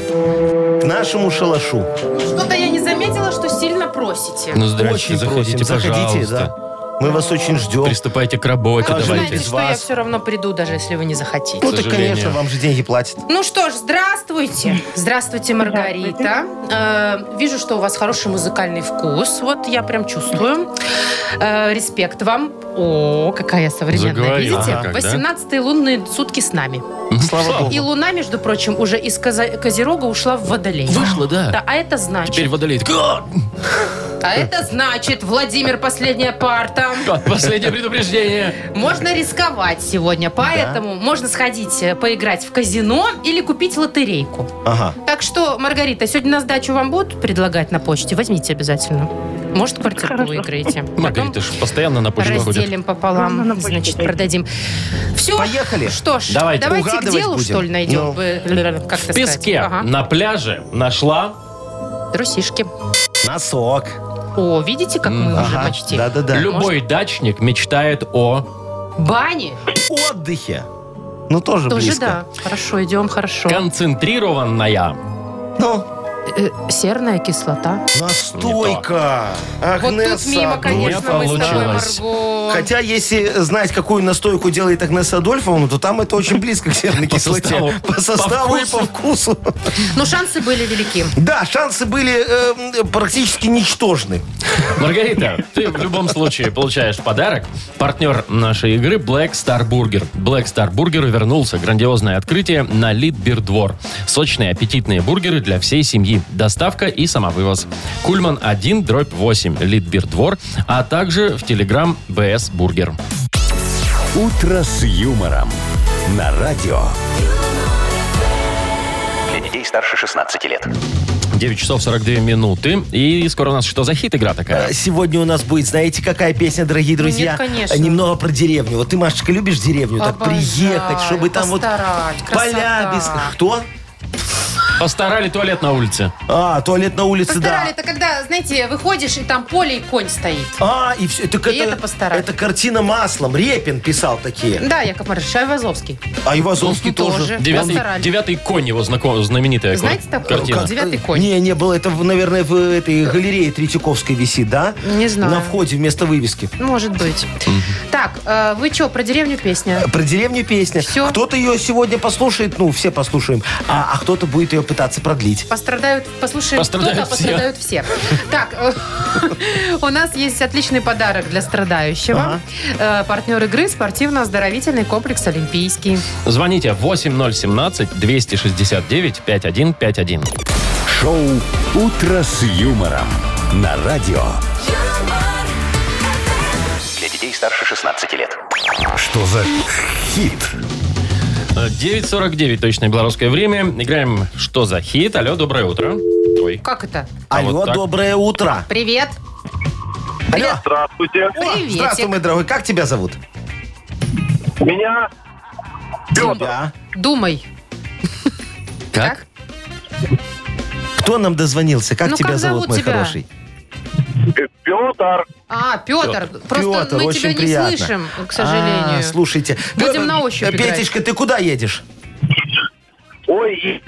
S4: к нашему шалашу.
S2: Что-то я не заметила, что сильно просите.
S3: Ну, здрасте,
S4: Очень
S3: заходите,
S4: просим, заходите,
S3: пожалуйста.
S4: да. Мы вас очень ждем.
S3: Приступайте к работе,
S2: Как вы знаете,
S3: давайте.
S4: без
S2: что я
S4: вас.
S2: все равно приду, даже если вы не захотите.
S4: Ну так,
S3: сожалению.
S4: конечно, вам же деньги платят.
S2: Ну что ж, здравствуйте. Здравствуйте, Маргарита. Э, вижу, что у вас хороший музыкальный вкус. Вот я прям чувствую. Э, респект вам. О, какая я современная.
S3: Заговорила
S4: как,
S2: Видите?
S3: да?
S2: 18-е лунные сутки с нами.
S4: Слава
S2: И
S4: богу.
S2: луна, между прочим, уже из Коза- Козерога ушла в Водолей.
S3: Вышла, да.
S2: Да, а это значит...
S3: Теперь водолей.
S2: А это значит, Владимир, последняя парта.
S3: Последнее предупреждение.
S2: Можно рисковать сегодня, поэтому можно сходить э, поиграть в казино или купить лотерейку.
S4: Ага.
S2: Так что, Маргарита, сегодня на сдачу вам будут предлагать на почте? Возьмите обязательно. Может, квартирку
S8: Хорошо.
S2: выиграете.
S3: Маргарита ж постоянно на
S2: Потом
S3: почту ходит.
S2: разделим пополам,
S8: Можно на почту
S2: значит,
S8: пойти.
S2: продадим. Все.
S4: Поехали.
S2: Что ж,
S3: Давайте.
S2: к
S4: Угадывать
S2: делу,
S4: будем.
S2: что ли,
S4: Ну.
S2: найдем. Э, Как
S3: В песке на пляже нашла
S4: Ну.
S2: Трусишки.
S4: Носок.
S2: О, видите, как мы уже
S4: Ага.
S2: почти.
S4: Да-да-да.
S3: любой дачник мечтает о
S2: Бани?
S4: Отдыхе. Ну тоже,
S2: Тоже
S4: близко.
S2: да. Хорошо, идем, хорошо.
S3: концентрированная.
S4: Ну,
S2: Э, серная кислота.
S4: настойка.
S2: Вот тут
S4: Агнеса,
S2: мимо,
S4: ну,
S2: конечно, мы с тобой,
S3: получилось.
S2: Марго.
S4: Хотя, если знать, какую настойку делает Агнеса Адольфовна, то там это очень близко к серной
S3: По составу.
S4: кислоте. По составу и по вкусу.
S2: Но Ну, шансы были велики.
S4: Да, шансы были э, практически ничтожны.
S3: Маргарита, ты в любом случае получаешь подарок. Партнер нашей игры Black Star Burger. Black Star Burger вернулся. Грандиозное открытие на Литбирдвор. Сочные аппетитные бургеры для всей семьи. Доставка и самовывоз. Кульман 1, дробь 8, Литбирдвор, а также в Телеграм БС Бургер.
S1: «Утро с юмором» на радио.
S7: Для детей старше 16 лет.
S3: 9 часов 42 минуты. И скоро у нас что за хит игра такая?
S4: Э, Сегодня у нас будет, знаете, какая песня, дорогие друзья?
S2: Ну, нет, конечно.
S4: Э, Немного про деревню. Вот ты, Машечка, любишь деревню? Так
S2: Обожаю,
S4: приехать, чтобы там вот
S2: постарать, красота.
S4: поля без... Кто?
S3: Постарали туалет на улице.
S4: А, туалет на улице,
S2: Постарали,
S4: да.
S2: это когда, знаете, выходишь, и там поле и конь стоит.
S4: А, и все. Так
S2: И
S4: это,
S2: это Ну, постарали.
S4: это картина маслом. Репин писал такие.
S2: Да, Яков Маркович, Айвазовский.
S4: А Ивазовский
S2: ну,
S4: тоже.
S3: Девятый,
S2: Постарали.
S3: девятый конь его знаком, знаменитая
S2: Знаете
S3: кар-
S2: такое?
S3: картина.
S2: Девятый конь.
S4: Не, не было. Это, в- наверное, в этой галерее Третьяковской висит, да?
S2: Не знаю.
S4: На входе вместо вывески.
S2: Может быть. Так, э, вы что, про деревню песня?
S4: Про деревню песня.
S2: Всё.
S4: Кто-то ее сегодня послушает, ну, все послушаем, а, а кто-то будет ее пытаться продлить.
S2: Пострадают, послушаем
S3: Пострадают
S2: кто-то,
S3: все.
S2: пострадают все. Так, э, у нас есть отличный подарок для страдающего. Э, Партнер игры – спортивно-оздоровительный комплекс «Олимпийский».
S3: Звоните 8017-269-5151.
S1: Шоу «Утро с юмором» на радио.
S9: юмор,
S7: Для детей старше 16 лет.
S1: Что за хит?
S3: Э, 9.49 точное белорусское время. Играем «Что за хит?». Алло, доброе утро. Ой.
S2: Как это?
S3: А
S4: Алло,
S3: вот так?
S4: доброе утро.
S2: Привет.
S4: Алло.
S5: Здравствуйте.
S4: О,
S2: Приветик.
S4: здравствуй, мой дорогой. Как тебя зовут?
S5: Меня
S4: Тебя.
S2: Думай.
S3: Как?
S4: Кто нам дозвонился? Как
S2: Ну,
S4: тебя
S2: как
S4: зовут,
S2: зовут
S4: мой
S2: тебя?
S4: хороший?
S5: Петр.
S2: А, Петр. Просто
S4: Петр,
S2: мы
S4: очень
S2: тебя
S4: приятно.
S2: не слышим, к
S4: А,
S2: сожалению.
S4: слушайте.
S2: Будем
S4: Петр,
S2: на ощупь играть.
S4: Петечка, ты куда едешь?
S5: Ой,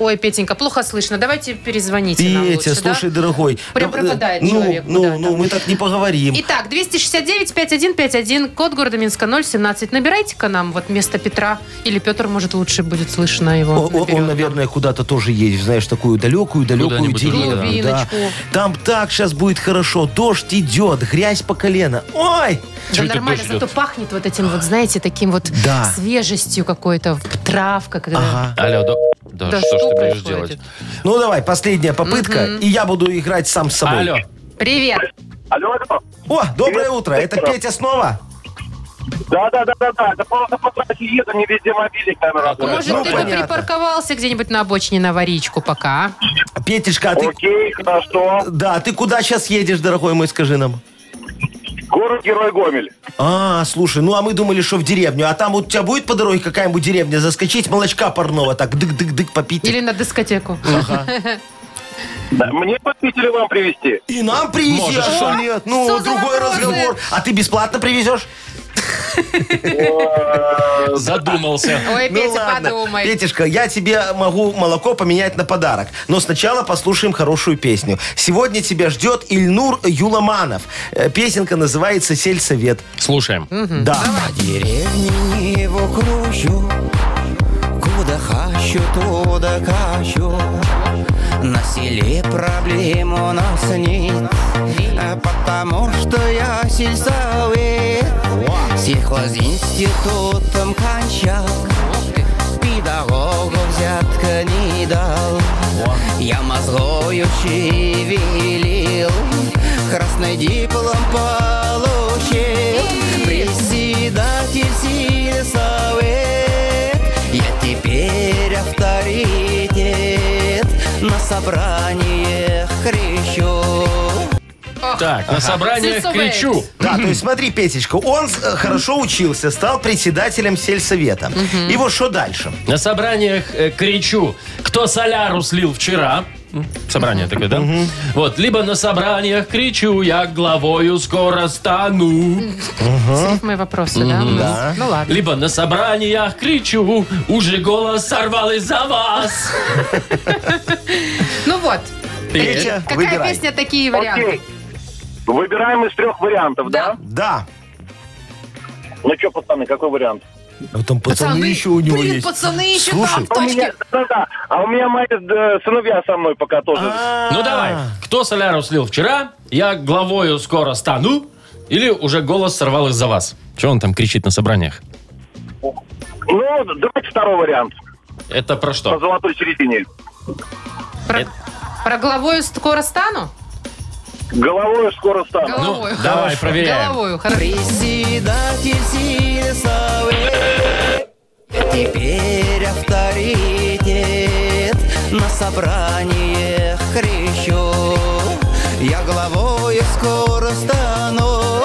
S2: Ой, Петенька, плохо слышно. Давайте перезвоните нам
S4: Петя,
S2: лучше, да?
S4: слушай, дорогой.
S2: Прям
S4: да,
S2: пропадает
S4: ну,
S2: человек
S4: Ну,
S2: куда-то.
S4: ну, мы так не поговорим.
S2: Итак, 269-5151, код города Минска 017. Набирайте-ка нам вот вместо Петра. Или Петр, может, лучше будет слышно его.
S4: О- о- Он,
S2: наперед нам.
S4: наверное, куда-то тоже едет, знаешь, такую далекую, далекую
S3: Куда-нибудь
S4: деревню. да.
S2: Глубиночку.
S4: Там так сейчас будет хорошо. Дождь идет, грязь по колено. Ой!
S2: Да
S3: Чего это
S2: нормально,
S3: дождь
S2: зато
S3: идет?
S2: пахнет вот этим вот, знаете, таким вот
S4: Да.
S2: свежестью какой-то, травка. Когда...
S4: Ага.
S3: Алло, до... Да,
S2: Да
S3: А что ж
S2: что
S3: ты будешь
S2: происходит?
S3: делать?
S4: Ну давай, последняя попытка, и я буду играть сам с собой.
S3: Алло.
S2: Привет.
S5: алло, алло.
S4: О, доброе утро. Это Петя снова?
S5: Да, да, да, да, да. Это просто по трассе еду, не везде мобильник, наверное,
S3: Аккуратно.
S2: А Может,
S4: ну,
S2: ты бы
S4: понятно.
S2: припарковался где-нибудь на обочине на аварийку пока? а?
S4: Петечка, а ты.
S5: Окей, хорошо.
S4: Да, а ты куда сейчас едешь, дорогой мой, скажи нам?
S5: Город-герой Гомель.
S4: А, слушай, ну а мы думали, что в деревню. А там вот у тебя будет по дороге какая-нибудь деревня заскочить, молочка парного так, дык-дык-дык попить.
S2: Или на дискотеку?
S4: Ну,
S5: Да, Мне попители вам привезти.
S4: И нам привези, а
S3: Можешь,
S4: что
S3: а?
S4: нет? Ну,
S2: Что за
S4: другой
S2: вопросы?
S4: разговор. А ты бесплатно привезешь?
S3: Задумался.
S2: Ой,
S4: Ну
S2: Э, Петя,
S4: ладно.
S2: подумай.
S4: Петишка, я тебе могу молоко поменять на подарок. Но сначала послушаем хорошую песню. Сегодня тебя ждет Ильнур Юламанов. Э, Песенка называется «Сельсовет».
S3: Слушаем.
S4: Да.
S10: Деревни его кручу, куда хочу, туда качу. На селе проблем у нас нет, а потому что я сельсовет. Сельхозинститутом кончал, педагогу взятка не дал. Я мозгою шевелил, красный диплом получил. Председатель сельсовет, я теперь авторитет. На собраниях кричу,
S3: Так, на собраниях
S2: Сельсовет.
S3: кричу.
S4: Да, то есть смотри, Петечка, он э, хорошо учился, стал председателем сельсовета. И вот что дальше?
S3: На собраниях э, кричу, кто соляру слил вчера. М, Собрание такое, да? Вот, либо на собраниях кричу, я главою скоро стану.
S2: Слив мои вопросы, да? у нас? Ну ладно.
S3: Либо на собраниях кричу, уже голос сорвал из-за вас.
S2: Ну вот. Э,
S4: Петя,
S2: Какая
S4: выбирай.
S2: песня, такие варианты?
S5: Окей. Выбираем из трех вариантов, да?
S4: Да.
S5: Ну что, пацаны, какой вариант?
S4: А там
S2: блин, пацаны еще там
S4: Слушай,
S2: в точке.
S5: Да-да, а у меня мои э, сыновья со мной пока тоже.
S3: Ну давай, кто соляру слил вчера, я главою скоро стану. Или уже голос сорвал из-за вас. Что он там кричит на собраниях?
S5: Ну, давайте второй вариант.
S3: Это про что?
S5: По золотой середине.
S3: Э-
S2: Про, про головою скоро стану?
S5: Головой скоро стану.
S3: Ну,
S2: Головою.
S3: давай,
S2: хорошо.
S3: проверяем.
S2: Головою, хорошо.
S10: Председатель сельсовет Теперь авторитет На собраниях кричу Я главою скоро стану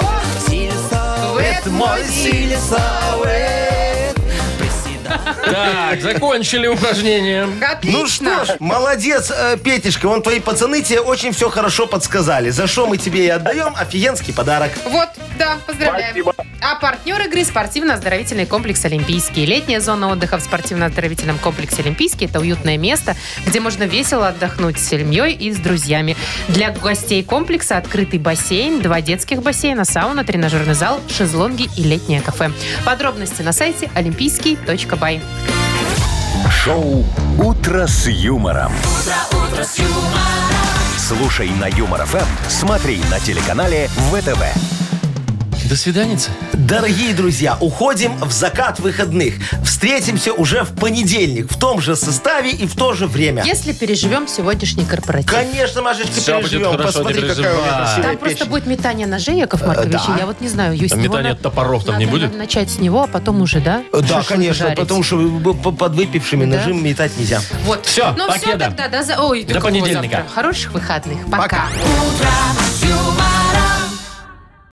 S10: Сельсовет, мой сельсовет Председатель
S3: Так, закончили упражнение.
S2: Отлично.
S4: Ну что ж, молодец, э, Петечка. Вон твои пацаны тебе очень все хорошо подсказали. За что мы тебе и отдаем офигенский подарок.
S2: Вот, да, поздравляем. А партнер игры спортивно-оздоровительный комплекс «Олимпийский». Летняя зона отдыха в спортивно-оздоровительном комплексе «Олимпийский» – это уютное место, где можно весело отдохнуть с семьей и с друзьями. Для гостей комплекса открытый бассейн, два детских бассейна, сауна, тренажерный зал, шезлонги и летнее кафе. Подробности на сайте олимпийский.бай.
S1: Шоу «Утро с юмором». Слушай на Юмор ФМ, смотри на телеканале ВТВ.
S3: До свиданицы.
S4: Дорогие друзья, уходим в закат выходных. Встретимся уже в понедельник в том же составе и в то же время.
S2: Если переживем сегодняшний корпоратив.
S4: Конечно, Машечка,
S3: Всё будет
S4: переживем.
S3: хорошо,
S4: Посмотри,
S3: не
S4: какая у меня
S3: переживай.
S4: красивая
S2: Там просто
S4: печень.
S2: будет метание ножей, Яков Маркович,
S4: Э, да.
S2: и я вот не знаю. её с
S3: А
S2: него
S3: метание
S2: надо-
S3: топоров там не
S2: надо,
S3: будет?
S2: наверное, начать с него, а потом уже, да?
S4: Э, Да,
S2: шашлык
S4: конечно,
S2: жарить.
S4: потому что вы- вы- под выпившими
S2: Да.
S4: ножами метать нельзя.
S2: Вот.
S3: Всё,
S2: ну, все
S3: покеда.
S2: тогда. До, за- ой,
S3: До
S2: какого
S3: понедельника.
S2: завтра? Хороших выходных. Пока.
S4: Пока.
S9: юмор.